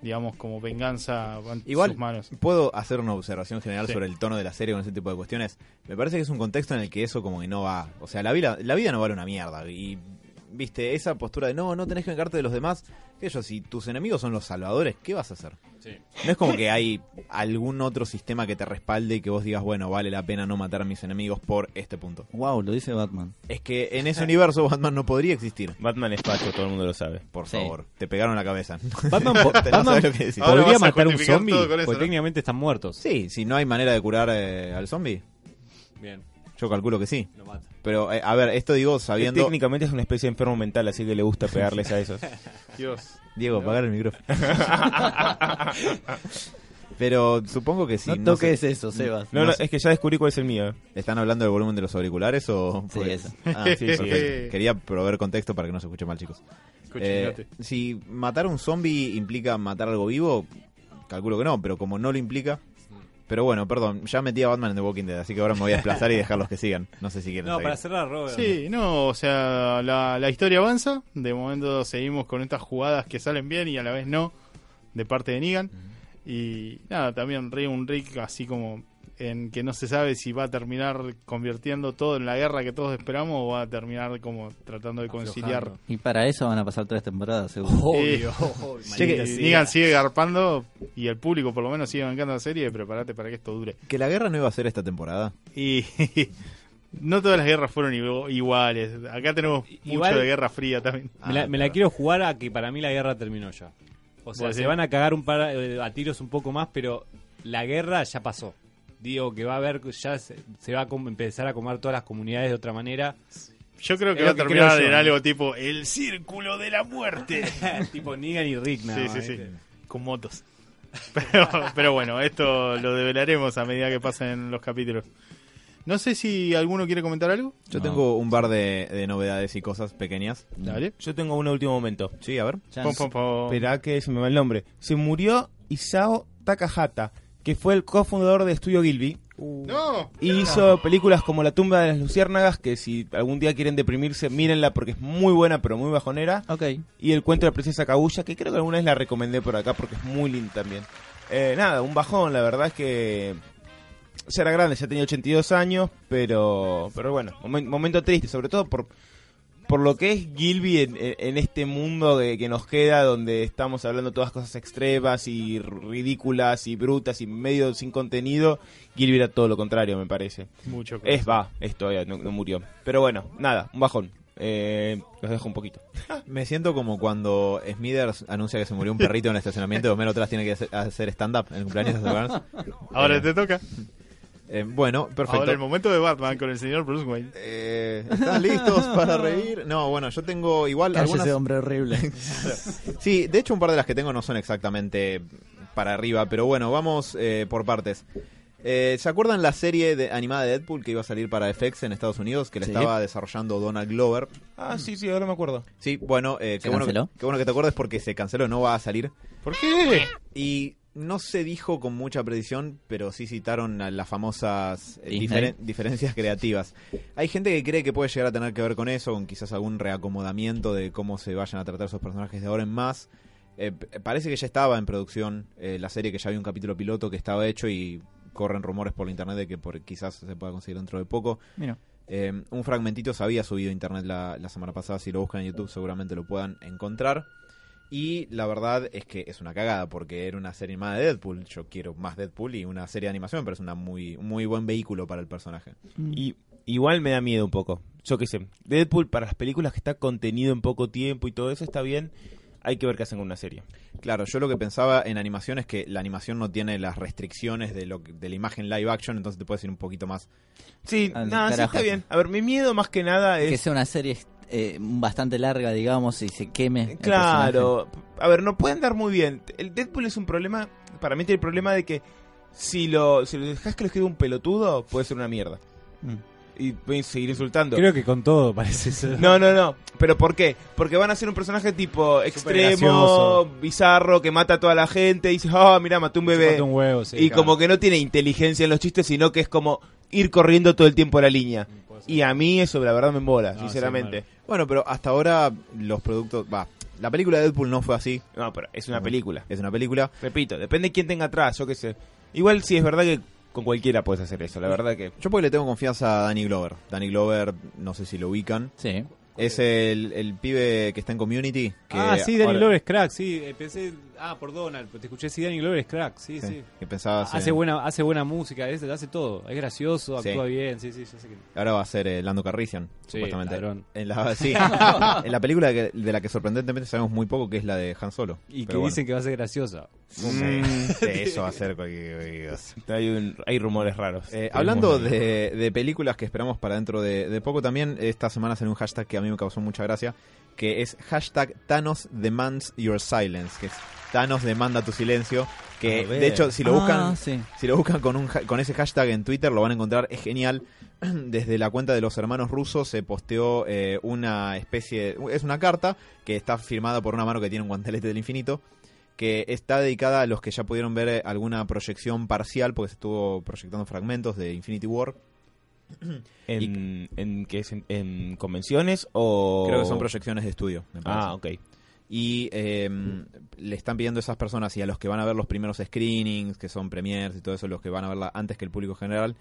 A: digamos como venganza ante
E: Igual,
A: sus manos.
E: puedo hacer una observación general
A: Sí.
E: sobre el tono de la serie con ese tipo de cuestiones. Me parece que es un contexto en el que eso como que no va. O sea, la vida, la vida no vale una mierda. Y, viste, esa postura de no, no tenés que vengarte de los demás. Que yo, si tus enemigos son los salvadores, ¿qué vas a hacer? No es como que hay algún otro sistema que te respalde y que vos digas, bueno, vale la pena no matar a mis enemigos por este punto.
C: Wow, lo dice Batman.
E: Es que en ese universo Batman no podría existir.
B: Batman es facho, todo el mundo lo sabe.
E: Por
C: Sí.
E: favor, te pegaron la cabeza.
D: Batman, po-
E: No
D: Batman
E: sabes lo que decís.
A: Ahora vas
D: podría
A: a
D: matar a un
A: justificar
D: zombie,
A: todo con eso,
D: porque
A: ¿no?
D: técnicamente están muertos.
E: Sí, si no hay manera de curar eh, al zombie,
D: Bien,
E: yo calculo que sí.
D: lo mata.
E: Pero, eh, a ver, esto digo
B: Que
E: sabiendo...
B: técnicamente es una especie de enfermo mental, así que le gusta pegarles a esos.
A: Dios.
E: Diego, apagar el micrófono. Pero supongo que sí.
C: no toques eso, Sebas.
B: No,
C: No
B: no,
C: sé.
B: es que ya descubrí cuál es el mío. eh.
E: ¿Están hablando del volumen de los auriculares o...?
C: Sí,
E: fue-
C: eso.
E: Ah,
A: Sí,
E: perfecto.
A: sí.
E: Quería proveer contexto para que no se escuche mal, chicos.
A: Cochinote.
E: Eh, si matar a un zombie implica matar algo vivo, calculo que no, pero como no lo implica... Pero bueno, perdón, ya metí a Batman en The Walking Dead, así que ahora me voy a desplazar y dejarlos que sigan. No sé si quieren
D: No,
E: seguir.
D: para cerrar, Robert.
A: Sí, no, o sea, la, la historia avanza. De momento seguimos con estas jugadas que salen bien y a la vez no, de parte de Negan. Y nada, también ríe un Rick así como en que no se sabe si va a terminar convirtiendo todo en la guerra que todos esperamos o va a terminar como tratando de conciliar.
C: Y para eso van a pasar tres temporadas, seguro.
A: Eh,
E: Che, que-
A: y Negan sigue garpando y el público por lo menos sigue bancando la serie. Prepárate para que esto dure.
E: Que la guerra no iba a ser esta temporada.
A: Y no todas las guerras fueron igu- iguales. Acá tenemos
D: Igual-
A: mucho de guerra fría también.
D: Me, la, me la quiero jugar a que para mí la guerra terminó ya. O sea,
A: ¿Vos
D: se
A: decís?
D: van a cagar un par eh, a tiros un poco más, pero la guerra ya pasó. Digo que va a haber, ya se, se va a com- empezar a comer todas las comunidades de otra manera.
A: Yo creo que
D: Es
A: va
D: lo
A: a
D: que
A: terminar
D: creo yo,
A: en
D: ¿no?
A: algo tipo el círculo de la muerte.
D: tipo Negan y Rick, nada
A: sí,
D: más,
A: sí, sí.
B: este
D: ¿viste?
A: Con motos. Pero, pero bueno, esto lo develaremos a medida que pasen los capítulos. No sé si alguno quiere comentar algo.
E: Yo
C: No.
E: tengo un bar de, de novedades y cosas pequeñas.
A: Dale.
B: Yo tengo uno de último momento.
E: Sí, a ver.
C: Ya
A: Pom,
C: no-
A: pom, pom.
B: Esperá que se me va el nombre. Se murió Isao Takahata, que fue el cofundador de Estudio Gilby.
A: No.
B: Y hizo películas como La tumba de las luciérnagas, que si algún día quieren deprimirse, mírenla porque es muy buena pero muy bajonera.
C: Ok.
B: Y El cuento de la princesa Kaguya, que creo que alguna vez la recomendé por acá porque es muy linda también. Eh, nada, un bajón, la verdad es que ya era grande, ya tenía 82 años, pero pero bueno, momen- momento triste, sobre todo por por lo que es Gilby en, en- en este mundo de- que nos queda, donde estamos hablando todas cosas extremas y ridículas y brutas y medio sin contenido, Gilby era todo lo contrario, me parece.
A: Mucho.
B: Es va, esto ya no, no murió. Pero bueno, nada, un bajón. Eh, los dejo un poquito.
E: Me siento como cuando Smithers anuncia que se murió un perrito en el estacionamiento y Homero atrás tiene que hacer, hacer stand-up en el cumpleaños de Burns.
A: Ahora
E: Eh,
A: te toca.
E: eh, bueno,
A: Ahora el
E: perfecto.
A: momento de Batman con el señor Bruce Wayne.
E: Eh, ¿Están listos para reír? No, bueno, yo tengo igual
C: Cállese,
E: algunas...
C: hombre horrible.
E: Sí, de hecho un par de las que tengo no son exactamente para arriba, pero bueno, vamos eh, por partes. Eh, ¿Se acuerdan la serie de, animada de Deadpool que iba a salir para FX en Estados Unidos? Que la
C: Sí.
E: estaba desarrollando Donald Glover.
B: Ah, sí, sí, ahora me acuerdo.
E: Sí, bueno, eh,
C: ¿Se
E: qué, bueno que,
C: canceló?
E: qué bueno que te acuerdes porque se canceló, no va a salir.
A: ¿Por qué?
E: Y no se dijo con mucha precisión, pero sí citaron a las famosas eh,
C: Disney.
E: diferen- diferencias creativas. Hay gente que cree que puede llegar a tener que ver con eso, con quizás algún reacomodamiento de cómo se vayan a tratar esos personajes de ahora en más. Eh, p- parece que ya estaba en producción eh, la serie, que ya había un capítulo piloto que estaba hecho y corren rumores por internet de que por, quizás se pueda conseguir dentro de poco.
C: Mira.
E: Eh, un fragmentito se había subido a internet la, la semana pasada. Si lo buscan en YouTube, seguramente lo puedan encontrar. Y la verdad es que es una cagada, porque era una serie más de Deadpool. Yo quiero más Deadpool y una serie de animación, pero es una muy, muy buen vehículo para el personaje.
B: Y igual me da miedo un poco. Yo qué sé. Deadpool para las películas que está contenido en poco tiempo y todo eso está bien. Hay que ver qué hacen con una serie.
E: Claro, yo lo que pensaba en animación es que la animación no tiene las restricciones de, lo, que- de la imagen live action, entonces te puedes ir un poquito más.
B: Sí,
C: Al
B: nada, sí
C: Ah, carajo.
B: está bien. A ver, mi miedo más que nada
C: Que
B: es
C: sea una serie eh, bastante larga, digamos, y se queme. el
B: Claro. A ver, no pueden dar muy bien. El Deadpool es un problema. Para mí tiene el problema de que si lo, si lo dejas que lo escriba un pelotudo, puede ser una mierda.
C: personaje.
B: Y pueden seguir insultando.
D: Mm. Creo que con todo parece ser.
B: No, no, no. ¿Pero por qué? Porque van a ser un personaje tipo extremo,
D: gracioso.
B: bizarro, que mata a toda la gente. Y dices, oh, mira, mató un bebé.
D: Chupate un huevo, sí,
B: y
D: claro.
B: como que no tiene inteligencia en los chistes, sino que es como ir corriendo todo el tiempo la línea. Y a mí eso, la verdad, me embola,
D: No, sí,
B: sinceramente.
E: Bueno, pero hasta ahora los productos. Va, la película de Deadpool no fue así,
B: no, pero es una
E: Ujú.
B: película.
E: es una película.
B: Repito, depende de quién tenga atrás, yo qué sé. Igual sí es verdad que con cualquiera puedes hacer eso, la verdad que.
E: Yo porque le tengo confianza a Danny Glover. Danny Glover, no sé si lo ubican.
C: Sí.
E: Es el, el pibe que está en Community. Que
D: Ah, sí, Danny
E: ahora-
D: Glover es crack, sí. eh, Pensé, ah, por Donald, pero te escuché, sí, Danny Glover es crack, sí, sí. Ah,
E: sí, Que pensaba hacer-
D: Hace, buena, hace buena música, es- hace todo. Es gracioso,
E: Sí.
D: actúa bien, sí, sí, ya sé que-
E: Ahora va a ser eh, Lando Carrician,
D: Sí,
E: supuestamente.
D: ladrón.
E: En la, sí. en la película que- de la que sorprendentemente sabemos muy poco, que es la de Han Solo.
D: Y que
E: Pero bueno.
D: dicen que va a ser graciosa.
E: Sí, sí, eso va a ser cualquier cosa.
B: Hay, un- hay rumores raros.
E: Eh, hablando de, de películas que esperamos para dentro de, de poco también, esta semana salió un hashtag que a mí me causó mucha gracia, que es hashtag Thanos demands your silence, que es Thanos demanda tu silencio, que
B: A ver.
E: de hecho si lo buscan...
C: Ah, sí.
E: Si lo buscan con, un, ha- con ese hashtag en Twitter lo van a encontrar, es genial. Desde la cuenta de los hermanos rusos se posteó eh, una especie, es una carta que está firmada por una mano que tiene un guantelete del infinito, que está dedicada a los que ya pudieron ver eh, alguna proyección parcial, porque se estuvo proyectando fragmentos de Infinity War.
B: ¿En, en, qué es? ¿En- en convenciones o.?
E: Creo que son proyecciones de estudio, me parece.
B: Ah, ok.
E: Y eh, le están pidiendo a esas personas y a los que van a ver los primeros screenings, que son premiers y todo eso, los que van a verla antes que el público general,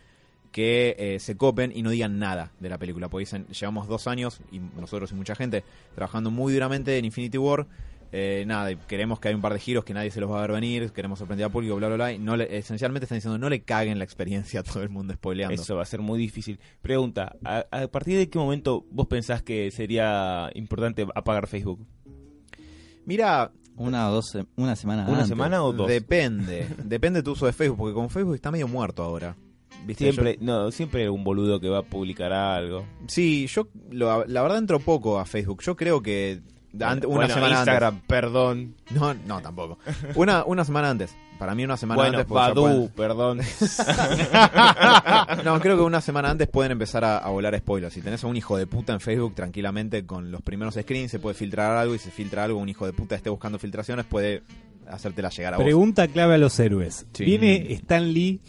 E: que eh, se copen y no digan nada de la película. Porque dicen, llevamos dos años, y nosotros y mucha gente, trabajando muy duramente en Infinity War. Eh, nada, y queremos que hay un par de giros que nadie se los va a ver venir, queremos sorprender al público, bla, bla, bla. Y no le- esencialmente están diciendo, no le caguen la experiencia a todo el mundo spoileando.
B: Eso va a ser muy difícil. Pregunta: ¿a, a partir de qué momento vos pensás que sería importante apagar Facebook?
E: Mira,
C: Una o dos, se- una semana
B: ¿Una
C: antes.
B: semana o dos?
E: depende, depende tu uso de Facebook, porque con Facebook está medio muerto ahora. ¿Viste? Yo-
B: Siempre, no, siempre hay un boludo que va a publicar algo.
E: Sí, yo lo- la verdad entro poco a Facebook. Yo creo que ant- una
B: Bueno,
E: semana
B: Instagram, perdón.
E: antes. No, no, tampoco. Una, una semana antes. Para mí una semana
B: bueno,
E: antes. porque ya
B: Badu,
E: pueden-
B: perdón.
E: no, creo que una semana antes pueden empezar a, a volar spoilers. Si tenés a un hijo de puta en Facebook, tranquilamente con los primeros screens se puede filtrar algo y se filtra algo. Un hijo de puta esté buscando filtraciones puede hacértela llegar a vos.
D: Pregunta clave a los héroes.
E: Sí.
D: ¿Viene Stan Lee?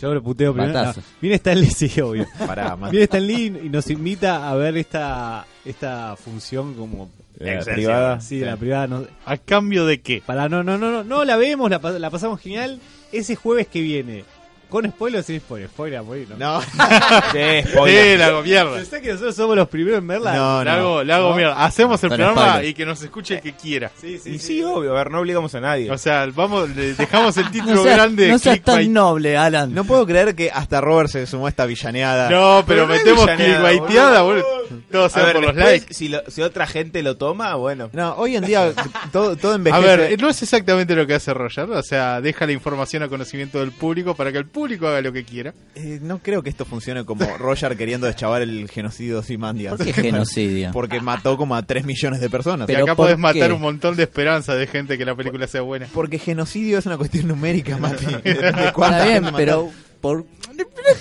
D: Yo lo puteo primero. No,
C: Patazos.
D: viene Stan Lee, sí, obvio.
E: Pará, man.
D: Viene Stan Lee y nos invita a ver esta, esta función como...
B: La
A: Excelsior.
B: Eh,
E: Ah,
B: privada.
D: Sí, de la privada. no-
A: ¿A cambio de qué?
D: para, no, no, no, no, no, la vemos, la, pas- la pasamos genial. Ese jueves que viene. ¿Con spoiler o sin spoiler? Spoiler, a morir, ¿no?
E: No,
B: Sí, spoiler.
A: Sí, la hago mierda.
D: Pensá que nosotros somos los primeros en verla.
E: no,
A: La
E: no.
A: hago, la hago mierda. Hacemos el
C: Son
A: programa
C: spoilers.
A: y que nos escuche el que quiera.
D: Sí, sí,
B: Y
D: sí.
B: sí, obvio, a ver, no obligamos a nadie.
A: O sea, vamos, le dejamos el título
C: No seas,
A: grande.
C: no seas
A: clickbait.
C: tan noble, Alan.
E: No puedo creer que hasta Robert se sumó a esta villaneada.
A: No, pero,
B: Pero no es
A: metemos
B: villaneada,
A: clickbaiteada,
B: boludo.
A: boludo. Todo
B: A
A: sea
B: ver,
A: por los
B: después,
A: likes.
B: Si, lo- si otra gente lo toma, bueno.
E: No, hoy en día todo, todo
A: A
E: envejece.
A: ver, no es exactamente lo que hace Roger, o sea, deja la información a conocimiento del público para que el público haga lo que quiera.
E: Eh, no creo que esto funcione como Roger queriendo deschavar el genocidio de Simandia.
C: ¿Por qué genocidio?
E: Porque mató como a 3 millones de personas.
A: Y
C: Pero
A: acá
C: ¿por
A: podés matar
C: qué?
A: un montón de esperanza de gente que la película sea buena.
E: Porque genocidio es una cuestión numérica, Mati. ¿De cuánta
C: Está bien,
E: gente mataste?
C: pero por...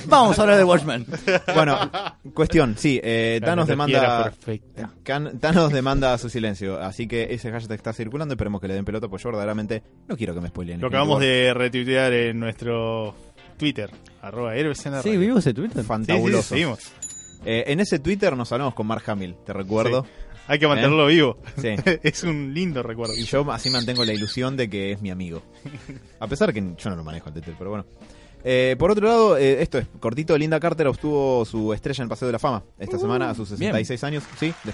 C: Vamos a hablar de Watchmen.
E: Bueno, cuestión, sí, eh, Thanos demanda
A: Perfecta.
E: Can- Thanos demanda su silencio, así que ese hashtag está circulando, esperemos que le den pelota, pues yo verdaderamente no quiero que me spoileen.
A: Lo acabamos de retuitear en nuestro Twitter, arroba héroes en la
C: Sí,
A: radio.
C: vimos ese Twitter.
A: Sí, sí,
E: Fantabuloso.
A: seguimos.
E: Eh, en ese Twitter nos hablamos con Mark Hamill, te recuerdo.
A: Hay que mantenerlo vivo.
E: Sí.
A: es un lindo recuerdo.
E: Y yo así mantengo la ilusión de que es mi amigo. A pesar que yo no lo manejo el Twitter, pero bueno. Eh, por otro lado, eh, esto es cortito, Linda Carter obtuvo su estrella en el Paseo de la Fama
B: Uh-huh.
E: esta semana a sus 66 años. Sí, de-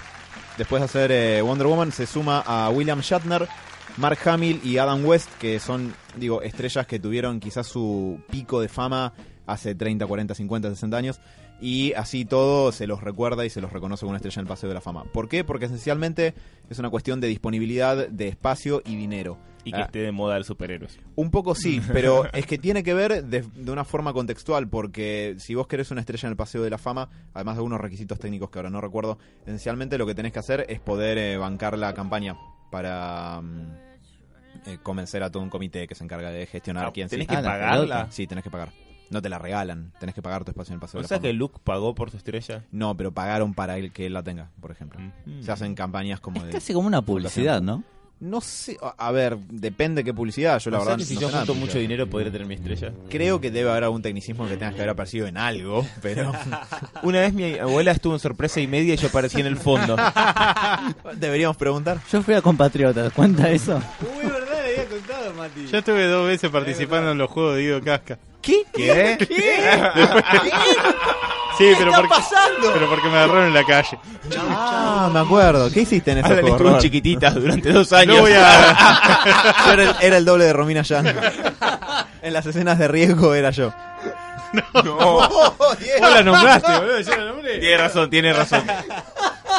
E: después de hacer eh, Wonder Woman se suma a William Shatner, Mark Hamill y Adam West, que son, digo, estrellas que tuvieron quizás su pico de fama hace 30, 40, 50, 60 años. Y así todo se los recuerda y se los reconoce como una estrella en el Paseo de la Fama. ¿Por qué? Porque esencialmente es una cuestión de disponibilidad de espacio y dinero.
B: Y que
E: Ah.
B: esté de moda el superhéroes.
E: Un poco sí, pero es que tiene que ver de, de una forma contextual, porque si vos querés una estrella en el Paseo de la Fama, además de algunos requisitos técnicos que ahora no recuerdo, esencialmente lo que tenés que hacer es poder eh, bancar la campaña para mm, eh, convencer a todo un comité que se encarga de gestionar
B: Ah,
E: quién
B: tenés
E: sí.
B: que
C: Ah, la
B: pagarla.
E: Sí, tenés que pagar. No te la regalan, tenés que pagar tu espacio en el Paseo
B: O
E: de la
B: sea
E: Fama.
B: que Luke pagó por su estrella.
E: No, pero pagaron para el que él la tenga, por ejemplo.
B: Mm.
A: Mm.
E: Se hacen campañas como
C: Es
E: de...
C: casi como una publicidad, ¿no?
E: No sé, a- a ver, depende qué publicidad, yo la
B: o sea
E: verdad
B: que si
E: no
B: yo
E: sé nada de
B: junto mucho
E: publicidad.
B: dinero podría tener mi estrella.
E: Creo que debe haber algún tecnicismo que tengas que haber aparecido en algo, pero
B: Una vez mi abuela estuvo en sorpresa y media y yo aparecí en el fondo.
E: deberíamos preguntar.
C: Yo fui a Compatriotas, ¿cuenta eso?
D: Muy verdad, le había contado, Mati.
A: Yo estuve dos veces participando en los juegos de Guido Casca.
C: ¿Qué?
E: ¿Qué?
A: Sí, pero porque, pero porque me agarraron en la calle.
E: Ah, me acuerdo. ¿Qué hiciste en ese
B: Alan
E: juego?
B: estuvo
E: Robert?
B: chiquitita durante dos años.
A: No voy a.
E: Yo era el, era el doble de Romina Yan. En las escenas de riesgo era yo.
A: Vos la nombraste, boludo. Yo la nombré.
B: Tiene razón, tiene razón.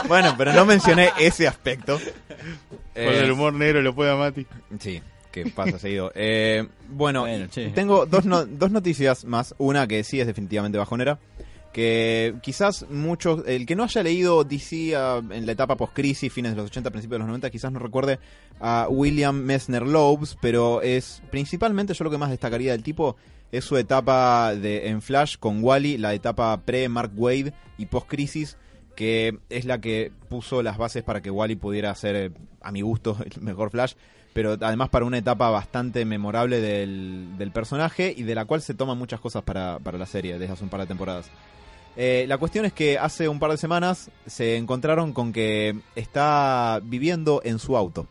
E: Bueno, pero no mencioné ese aspecto. Eh,
A: Con el humor negro lo puede a Mati.
E: Sí, que pasa seguido. Eh, bueno,
C: Bueno, che.
E: tengo dos, no- dos noticias más. Una que sí es definitivamente bajonera. Que quizás muchos, el que no haya leído DC ah, en la etapa post-crisis, fines de los 80, principios de los 90, quizás no recuerde a William Messner Loebs, pero es principalmente yo lo que más destacaría del tipo es su etapa de, en Flash con Wally, la etapa pre-Mark Wade y post-crisis, que es la que puso las bases para que Wally pudiera ser, eh, a mi gusto, el mejor Flash pero además para una etapa bastante memorable del, del personaje y de la cual se toman muchas cosas para, para la serie desde hace un par de temporadas. Eh, la cuestión es que hace un par de semanas se encontraron con que está viviendo en su auto.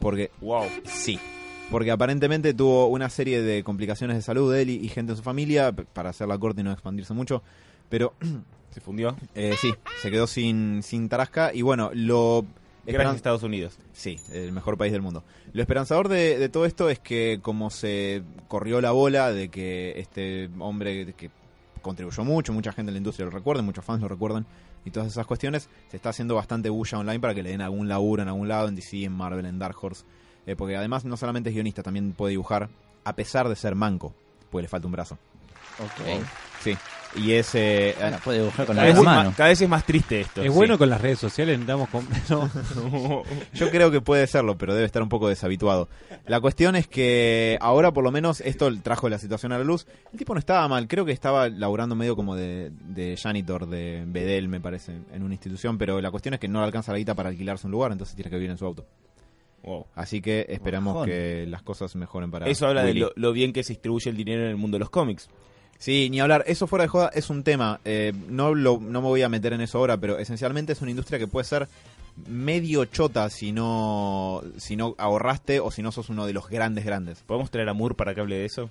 E: Porque,
B: Wow.
E: sí. Porque aparentemente tuvo una serie de complicaciones de salud él y, y gente en su familia, p- para hacerla corta y no expandirse mucho. Pero
B: Se fundió.
E: eh, sí, se quedó sin, sin tarasca y bueno, lo...
B: Gracias
E: esperan-
B: Estados Unidos.
E: Sí, el mejor país del mundo. Lo esperanzador de, de todo esto es que como se corrió la bola de que este hombre que contribuyó mucho, mucha gente en la industria lo recuerda, muchos fans lo recuerdan y todas esas cuestiones, se está haciendo bastante bulla online para que le den algún laburo en algún lado, en DC, en Marvel, en Dark Horse, Eh, porque además no solamente es guionista, también puede dibujar a pesar de ser manco, pues le falta un brazo. Sí, y es... eh,
C: Bueno, puede dibujar con
B: Cada
C: la
B: vez, es
C: mano.
B: más, cada vez es más triste esto.
D: Es
B: sí.
D: bueno con las redes sociales, andamos con... no.
E: Yo creo que puede serlo, pero debe estar un poco deshabituado. La cuestión es que ahora por lo menos esto trajo la situación a la luz. El tipo no estaba mal, creo que estaba laburando medio como de, de janitor de Bedel, me parece, en una institución, pero la cuestión es que no le alcanza la guita para alquilarse un lugar, entonces tiene que vivir en su auto.
B: Wow.
E: Así que esperamos
C: Bajón.
E: que las cosas mejoren para
B: Eso habla de
E: Willy.
B: lo, lo bien que se distribuye el dinero en el mundo de los cómics.
E: Sí, ni hablar. Eso fuera de joda es un tema. Eh, no, lo- no me voy a meter en eso ahora, pero esencialmente es una industria que puede ser medio chota si no, si no ahorraste o si no sos uno de los grandes grandes.
B: ¿Podemos traer a Moore para que hable de eso?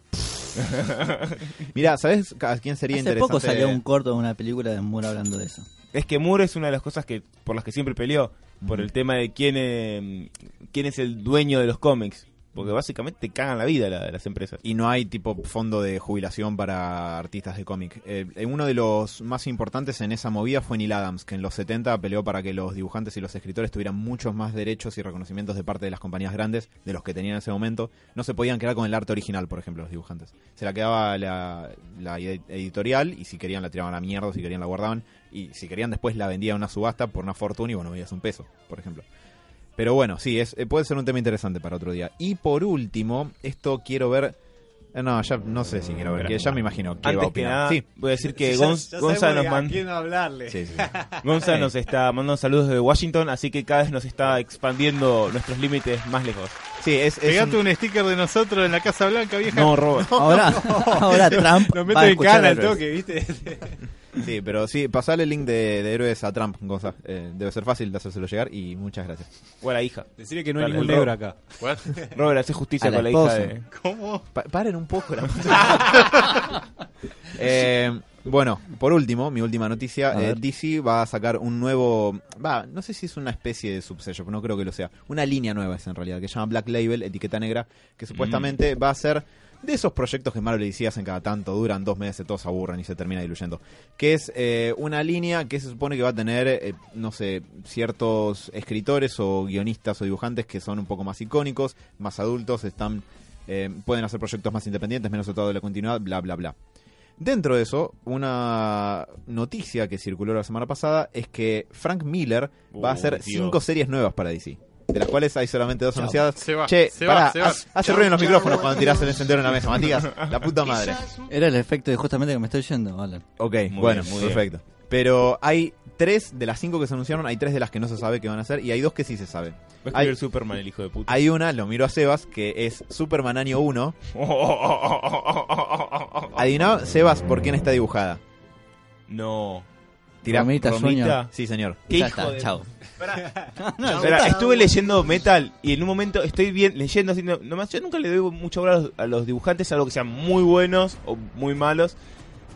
E: Mira, ¿sabes a quién sería
C: Hace
E: interesante?
C: poco salió un corto de una película de Moore hablando de eso.
B: Es que Moore es una de las cosas que por las que siempre peleó. Por el tema de quién, eh, quién es el dueño de los cómics. Porque básicamente te cagan la vida la- las empresas.
E: Y no hay tipo fondo de jubilación para artistas de cómic. Eh, eh, uno de los más importantes en esa movida fue Neil Adams, que en los 70 peleó para que los dibujantes y los escritores tuvieran muchos más derechos y reconocimientos de parte de las compañías grandes de los que tenían en ese momento. No se podían quedar con el arte original, por ejemplo, los dibujantes. Se la quedaba la, la ed- editorial y si querían la tiraban a la mierda, o si querían la guardaban. Y si querían después la vendían a una subasta por una fortuna y bueno, veías un peso, por ejemplo. Pero bueno, sí, es, eh, puede ser un tema interesante para otro día. Y por último, esto quiero ver Eh, No, ya no sé si quiero ver, que ya me imagino que va a
B: Antes que
E: opinar.
B: nada,
E: Sí,
B: voy a decir que
F: Ya-
B: Gonz-
F: ya
B: Gonza
F: sabemos
B: nos
F: a
B: man-
F: quién hablarle.
E: sí, sí.
B: Gonza nos está mandando saludos de Washington, así que cada vez nos está expandiendo nuestros límites más lejos.
E: Sí, es, es
A: Pegate
E: un-
A: un... sticker de nosotros en la Casa Blanca, vieja.
B: No, Robert.
C: Ahora, ahora Trump.
D: Lo
C: va
D: meto
C: a
D: en
C: escuchar
D: cana al
C: al revés.
D: toque, ¿viste?
E: sí, pero sí, pasale el link de, de héroes a Trump, Gonza. Eh, debe ser fácil de hacérselo llegar y muchas gracias.
B: O a la hija.
D: Decirle que no hay
B: Dale,
D: ningún
B: el
D: negro
B: rock.
D: acá.
B: Robert, hace justicia
C: A la
B: con la hija
C: esposa.
B: de...
A: ¿Cómo?
E: Pa- paren un poco la Eh, bueno, por último, mi última noticia.
C: A
E: eh,
C: ver.
E: DC va a sacar un nuevo. Va, no sé si es una especie de subsello, pero no creo que lo sea. Una línea nueva es en realidad, que se llama Black Label, etiqueta negra, que
C: Mm.
E: supuestamente va a ser de esos proyectos que Marvel y DC hacen cada tanto, duran dos meses, todos se aburren y se termina diluyendo. Que es eh, una línea que se supone que va a tener, eh, no sé, ciertos escritores o guionistas o dibujantes que son un poco más icónicos, más adultos, están eh, pueden hacer proyectos más independientes, menos atado de la continuidad, bla, bla, bla. Dentro de eso, una noticia que circuló la semana pasada es que Frank Miller va a
B: Uh,
E: hacer
A: Oh,
B: Dios.
E: cinco series nuevas para DC. De las cuales hay solamente dos anunciadas.
A: Se va,
E: che,
A: se
E: pará,
A: va, se va.
E: haz- hace ruido en los micrófonos cuando tirás el encendedor en la mesa, Matías. La puta madre.
C: Era el efecto de justamente que me estoy yendo, Alan.
E: Ok,
B: Muy
E: bueno,
B: bien, muy
E: perfecto. Pero hay tres de las cinco que se anunciaron, hay tres de las que no se sabe que van a hacer y hay dos que sí se sabe.
B: Va a escribir
E: Hay,
B: Superman, el hijo de puta.
E: hay una, lo miro a Sebas, que es Superman año 1,
B: Oh.
E: Adivina, Sebas, ¿por quién está dibujada?
B: No.
E: Tirá.
C: Romita,
B: Romita.
C: sueño.
E: Sí, señor.
B: ¿Qué
C: ya
B: hijo
C: está,
B: de-
C: chao.
B: Espera, estuve leyendo metal y en un momento estoy bien leyendo así, no- nomás yo nunca le doy mucho valor a los, a los dibujantes, algo que sean muy buenos o muy malos.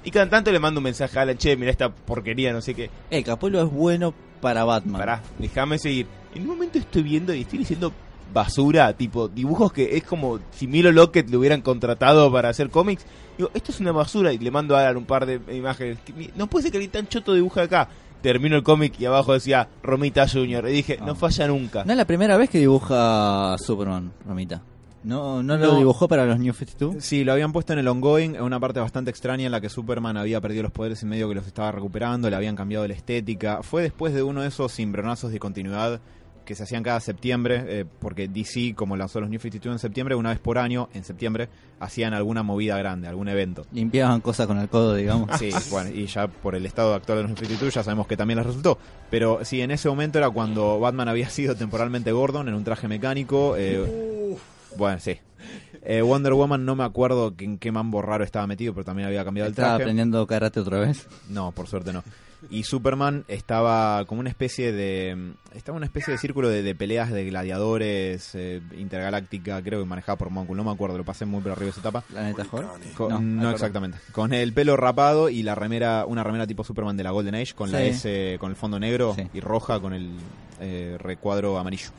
B: Y cada tanto le mando un mensaje a Alan, che, mira esta porquería, no sé qué.
C: Eh, Capullo es bueno para Batman.
B: Pará, déjame seguir. En un momento estoy viendo y estoy leyendo basura, tipo dibujos que es como si Milo Lockett le hubieran contratado para hacer cómics. Digo, esto es una basura y le mando a Alan un par de imágenes. Que mi- No puede ser que alguien tan choto dibuja acá. Termino el cómic y abajo decía Romita Junior. Y dije, no
C: Ah.
B: falla nunca.
C: No es la primera vez que dibuja Superman, Romita. No, no, lo
B: No.
C: dibujó para los New 52.
E: Sí, lo habían puesto en el ongoing, en una parte bastante extraña en la que Superman había perdido los poderes en medio que los estaba recuperando, le habían cambiado la estética. Fue después de uno de esos cimbronazos de continuidad que se hacían cada septiembre, eh, porque DC, como lanzó los New 52 en septiembre, una vez por año, en septiembre, hacían alguna movida grande, algún evento.
C: Limpiaban cosas con el codo, digamos.
E: Sí, bueno, y ya por el estado actual de los institutos ya sabemos que también les resultó. Pero sí, en ese momento era cuando Batman había sido temporalmente Gordon en un traje mecánico. eh, bueno, sí. Eh, Wonder Woman no me acuerdo que- en qué mambo raro estaba metido, pero también había cambiado el
C: Estaba
E: traje.
C: aprendiendo karate otra vez.
E: No, por suerte no. Y Superman estaba como una especie de. Estaba una especie de círculo de, de peleas de gladiadores eh, intergaláctica, creo que manejada por Moncul. No me acuerdo, lo pasé muy por arriba esa etapa.
C: La neta, Jorge.
E: Con-
C: No.
E: no, exactamente. Con el pelo rapado y la remera, una remera tipo Superman de la Golden Age, con la
C: Sí.
E: S, con el fondo negro
C: Sí.
E: y roja con el eh, recuadro amarillo.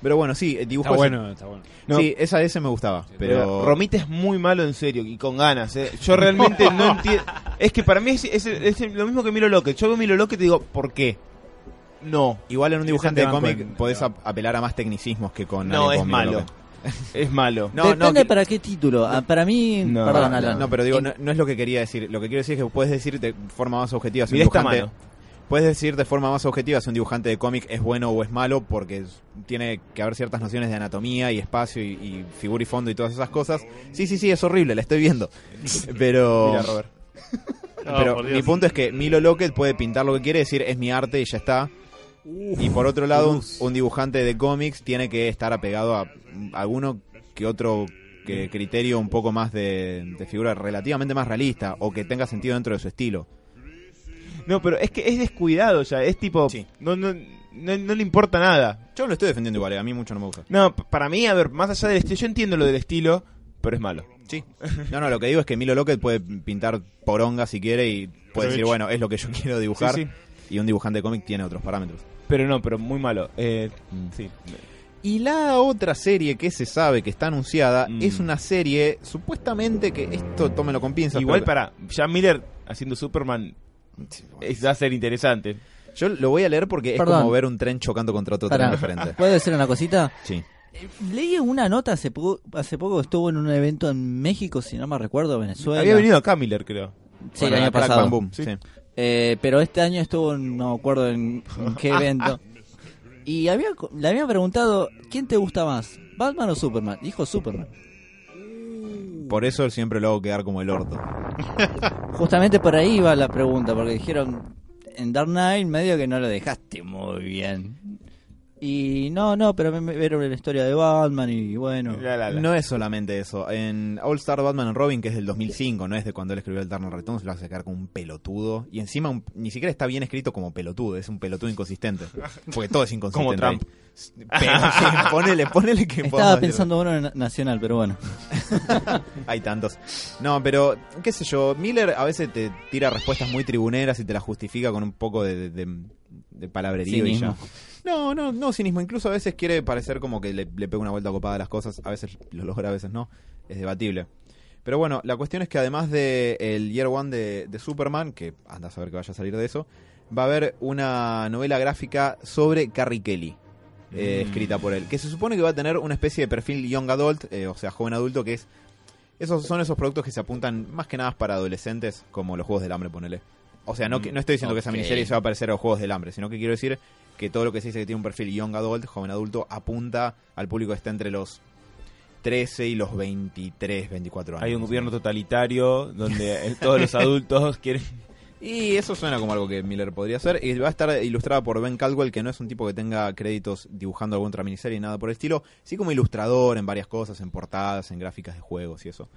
E: Pero bueno, sí, eh, dibujo
D: Está
B: Pues,
E: ese-
D: bueno, está bueno.
E: Sí, esa S me gustaba, pero
B: Romita es muy malo en serio y con ganas. eh. Yo realmente no entiendo. Es que para mí es, es- es lo mismo que Milo Lockett. Yo veo Milo Lockett y digo, ¿por qué? No,
E: igual en un
D: Sí,
E: dibujante
D: te
E: de
D: banco
E: cómic
D: en-
E: podés ap- apelar a más tecnicismos que con
B: no,
E: alguien
B: es
E: con
B: malo.
E: Microsoft.
B: Es malo.
E: No, no,
C: Depende
E: que-
C: para qué título. Ah, para mí,
B: No.
C: perdón,
E: no, Ah,
C: Alan. Eh,
E: no, pero digo, no, no es lo que quería decir. Lo que quiero decir es que puedes decir de forma más objetiva si un
B: Mirá esta
E: dibujante-
B: mano.
E: Puedes decir de forma más objetiva si un dibujante de cómic es bueno o es malo, porque es- tiene que haber ciertas nociones de anatomía y espacio y, y figura y fondo y todas esas cosas. Sí, sí, sí, es horrible, la estoy viendo. Pero,
B: Mira, Robert.
E: pero
A: Oh, por Dios.
E: mi punto es que Milo Lockett puede pintar lo que quiere, decir es mi arte y ya está. Y por otro lado, un, un dibujante de cómics tiene que estar apegado a mm, alguno que otro que criterio un poco más de, de figura relativamente más realista o que tenga sentido dentro de su estilo.
B: No, pero es que es descuidado ya. Es tipo,
E: Sí.
B: no, no, no, no le importa nada.
E: Yo lo estoy defendiendo igual, eh, a mí mucho no me gusta.
B: No, p- para mí, a ver, más allá del estilo, yo entiendo lo del estilo, pero es malo.
E: Sí. No, no, lo que digo es que Milo Lockett puede pintar poronga si quiere y puede decir, bueno, es lo que yo quiero dibujar.
B: Sí, sí.
E: Y un dibujante de cómic tiene otros parámetros.
B: Pero no, pero muy malo. Eh,
E: Mm.
B: sí.
E: Y la otra serie que se sabe que está anunciada
B: Mm.
E: es una serie supuestamente que esto tómelo con pinzas.
B: Igual
E: pero-
B: para Jan Miller haciendo Superman es, va a ser interesante.
E: Yo lo voy a leer porque es
C: Perdón.
E: como ver un tren chocando contra otro tren
C: Pará.
E: de frente.
C: ¿Puedo decir una cosita?
E: Sí.
C: Eh, Leí una nota hace poco, hace poco estuvo en un evento en México, si no me recuerdo, Venezuela.
B: Había venido acá Miller, creo.
C: Sí,
E: Bueno,
C: el año
E: Crack Bam
C: pasado.
E: Boom, sí.
C: Eh, pero este año estuvo, en- no me acuerdo en, en qué evento. Y había, co- le habían preguntado, ¿quién te gusta más? ¿Batman o Superman? Dijo Superman.
E: Por eso siempre lo hago quedar como el orto.
C: Justamente por ahí va la pregunta, porque dijeron en Dark Knight medio que no lo dejaste muy bien. Y no, no, pero me, me vieron la historia de Batman y bueno.
B: La, la, la.
E: No es solamente eso. En All Star Batman and Robin, que es del 2005, no es de cuando él escribió el Dark Knight Returns, lo hace quedar como un pelotudo. Y encima un- ni siquiera está bien escrito como pelotudo, es un pelotudo inconsistente. Porque todo es inconsistente.
B: Como Trump.
E: ahí. Pero- ponele, ponele que
C: Estaba
E: podamos decir-
C: pensando uno en Nacional, pero bueno.
E: Hay tantos. No, pero qué sé yo, Miller a veces te tira respuestas muy tribuneras y te las justifica con un poco de, de, de- de palabrerío y ya.
C: Cinismo.
E: No, no, no, cinismo. Incluso a veces quiere parecer como que le, le pega una vuelta copada a las cosas. A veces lo logra, a veces no. Es debatible. Pero bueno, la cuestión es que además de el Year One de, de Superman, que anda a saber que vaya a salir de eso, va a haber una novela gráfica sobre Carrie Kelly. eh, escrita por él, que se supone que va a tener una especie de perfil young adult, eh, o sea, joven adulto, que es esos son esos productos que se apuntan más que nada para adolescentes, como los juegos del hambre, ponele. O sea, no, que- no estoy diciendo que esa
C: ok.
E: miniserie se va a parecer a los juegos del hambre, sino que quiero decir que todo lo que se dice que tiene un perfil young adult, joven adulto, apunta al público que está entre los 13 y los 23, 24 años.
B: Hay un gobierno totalitario donde el- todos los adultos quieren...
E: Y eso suena como algo que Miller podría hacer. Y va a estar ilustrada por Ben Caldwell, que no es un tipo que tenga créditos dibujando alguna otra miniserie ni nada por el estilo. Sí como ilustrador en varias cosas, en portadas, en gráficas de juegos y eso.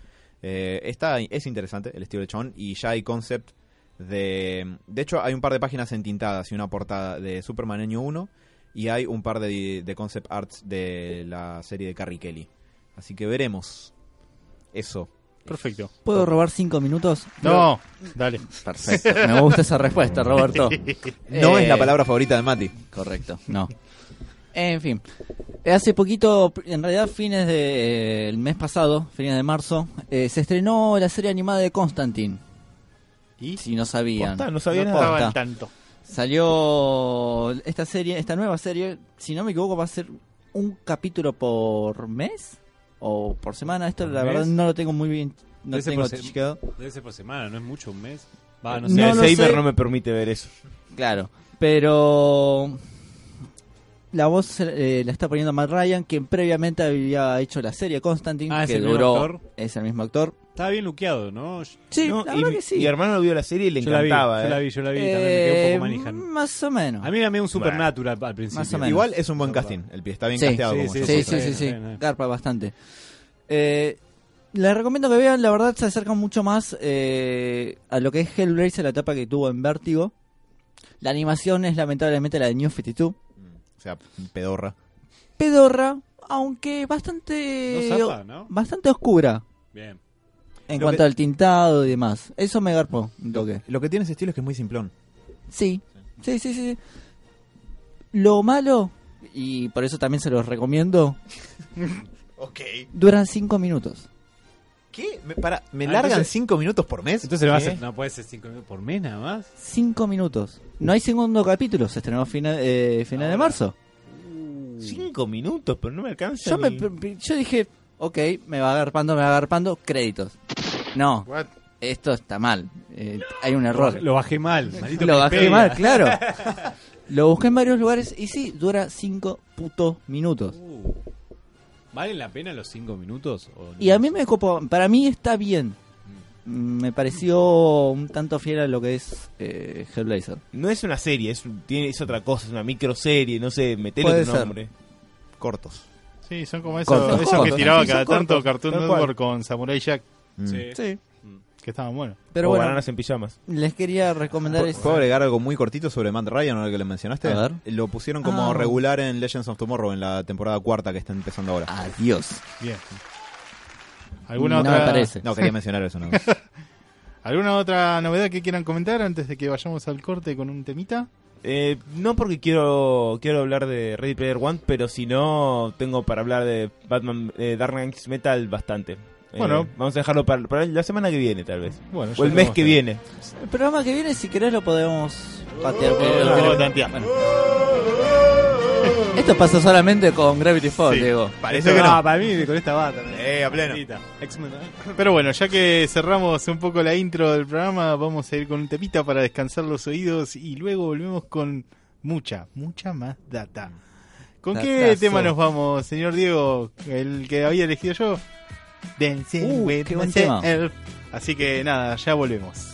E: Eh, está, es interesante el estilo de Chon y ya hay concept de... De hecho, hay un par de páginas entintadas y una portada de Superman Año 1 y hay un par de, de concept arts de la serie de Carrie Kelly. Así que veremos eso.
A: Perfecto.
C: ¿Puedo robar cinco minutos?
A: No, dale.
C: Perfecto. Me gusta esa respuesta, Roberto.
E: No
C: Eh,
E: es la palabra favorita de Mati.
C: Correcto, no. En fin, hace poquito, en realidad fines del mes pasado, fines de marzo, eh, se estrenó la serie animada de Constantine.
A: ¿Y?
C: Si no sabían.
B: Posta, no sabía
A: no
B: nada.
A: estaba al
C: Posta.
A: tanto.
C: Salió esta serie, esta nueva serie, si no me equivoco va a ser un capítulo por mes o por semana. Esto la
D: ¿Mes?
C: verdad no lo tengo muy bien, no
D: Ese
C: tengo
D: por se-
C: chequeado.
D: Debe ser por semana, no es mucho, un mes. Va, no
C: No,
D: sé.
B: el
C: lo
B: Seimer
C: sé.
B: no me permite ver eso.
C: Claro, pero la voz eh, la está poniendo Matt Ryan, quien previamente había hecho la serie Constantine,
D: Ah, ¿es
C: que
D: el mismo
C: duró
D: actor?
C: es el mismo actor.
D: Estaba bien luqueado, ¿no? Yo
C: Sí,
B: No,
C: la
B: y,
C: verdad
B: mi-
C: que sí.
B: mi hermano vio la serie y le
D: yo la vi,
B: encantaba.
D: yo la
B: eh.
D: vi, yo la vi, también me quedé un poco
C: Eh,
D: manija.
C: más o menos.
D: A mí me dio un supernatural al principio.
C: Más o menos.
E: Igual es un buen casting. El pie está bien
C: Sí.
E: casteado.
D: Sí,
E: como
D: sí,
E: yo
C: Sí,
D: sí,
E: supongo.
C: sí, sí,
D: sí,
C: sí,
D: sí.
C: garpa bastante. Eh, les recomiendo que vean, la verdad se acerca mucho más eh, a lo que es Hellblazer, la etapa que tuvo en Vértigo. La animación es lamentablemente la de New 52.
E: O sea, pedorra.
C: Pedorra, aunque bastante,
D: No zapa, ¿no?
C: bastante oscura.
D: Bien.
C: En
E: Lo
C: cuanto
E: que-
C: al tintado y demás. Eso me garpó un toque.
E: Lo que tiene ese estilo es que es muy simplón.
C: Sí. Sí, sí, sí. Lo malo, y por eso también se los recomiendo,
E: Ok.
C: duran cinco minutos.
E: ¿Qué? ¿Me, para, ¿me
D: Ah,
E: largan ¿eh?
D: entonces-
E: cinco minutos por mes?
D: Entonces lo
E: ¿Qué?
D: hace, no puede ser cinco minutos por mes nada más.
C: Cinco minutos. No hay segundo capítulo, se estrenó final, eh, final de marzo.
B: Cinco minutos, pero no me alcanza.
C: Mm. Yo, me,
B: ni-
C: yo dije, ok, me va agarpando, me va agarpando, créditos. No,
A: What?
C: esto está mal. Eh, Hay un error.
D: Lo bajé mal, maldito
C: Lo bajé
D: Wikipedia.
C: mal, claro. Lo busqué en varios lugares y sí, dura cinco putos minutos.
D: Uh. ¿Valen la pena los cinco minutos? o no?
C: Y a mí me copó, para mí está bien. Mm, Me pareció un tanto fiel a lo que es eh, Hellblazer.
B: No es una serie, es, un- tiene, es otra cosa, es una microserie, no sé, metele
C: Puede
B: otro
C: ser.
B: nombre.
E: Cortos.
A: Sí, son como esos,
C: Cortos,
A: esos que
C: cortos,
A: tiraba
C: sí, son
A: cada tanto
B: cortos,
A: Cartoon
B: tal cual.
A: Network con Samurai Jack,
E: Mm.
D: Sí.
C: Sí.
A: que estaban buenos.
C: Pero
B: o
C: bueno,
B: bananas en pijamas.
C: les quería recomendar
E: ¿Puedo
C: eso.
E: puedo agregar algo muy cortito sobre Matt Ryan, ahora que lo mencionaste?
C: A ver.
E: Lo pusieron como
C: Ah.
E: regular en Legends of Tomorrow, en la temporada cuarta que está empezando
C: Ah,
E: ahora.
C: Adiós.
A: Bien. ¿Alguna,
C: No me
A: otra,
C: parece.
E: No, quería mencionar eso. No.
A: ¿Alguna otra novedad que quieran comentar antes de que vayamos al corte con un temita?
B: Eh, no porque quiero quiero hablar de Ready Player One, pero si no, tengo para hablar de Batman eh, Dark Knight Metal bastante. Eh,
A: Bueno.
B: vamos a dejarlo para, para la semana que viene, tal vez.
A: Bueno,
B: O el
A: ya Eh,
B: mes
A: lo
B: que
A: vamos a-
B: viene.
C: El programa que viene, si querés, lo podemos patear. porque
A: Oh,
C: lo queremos- bueno. Esto pasa solamente con Gravity Falls,
A: Sí.
C: Diego.
E: Parece
D: Esto-
E: que no.
D: Para mí, con esta bata.
E: Eh, a pleno.
D: X-Men.
A: Pero bueno, ya que cerramos un poco la intro del programa, vamos a ir con un temita para descansar los oídos y luego volvemos con mucha, mucha más data. ¿Con qué
C: Datazo.
A: tema nos vamos, señor Diego? El que había elegido yo. Dancing
C: Uh,
A: with
C: qué buen
A: myself.
C: tema.
A: Así que nada, ya volvemos.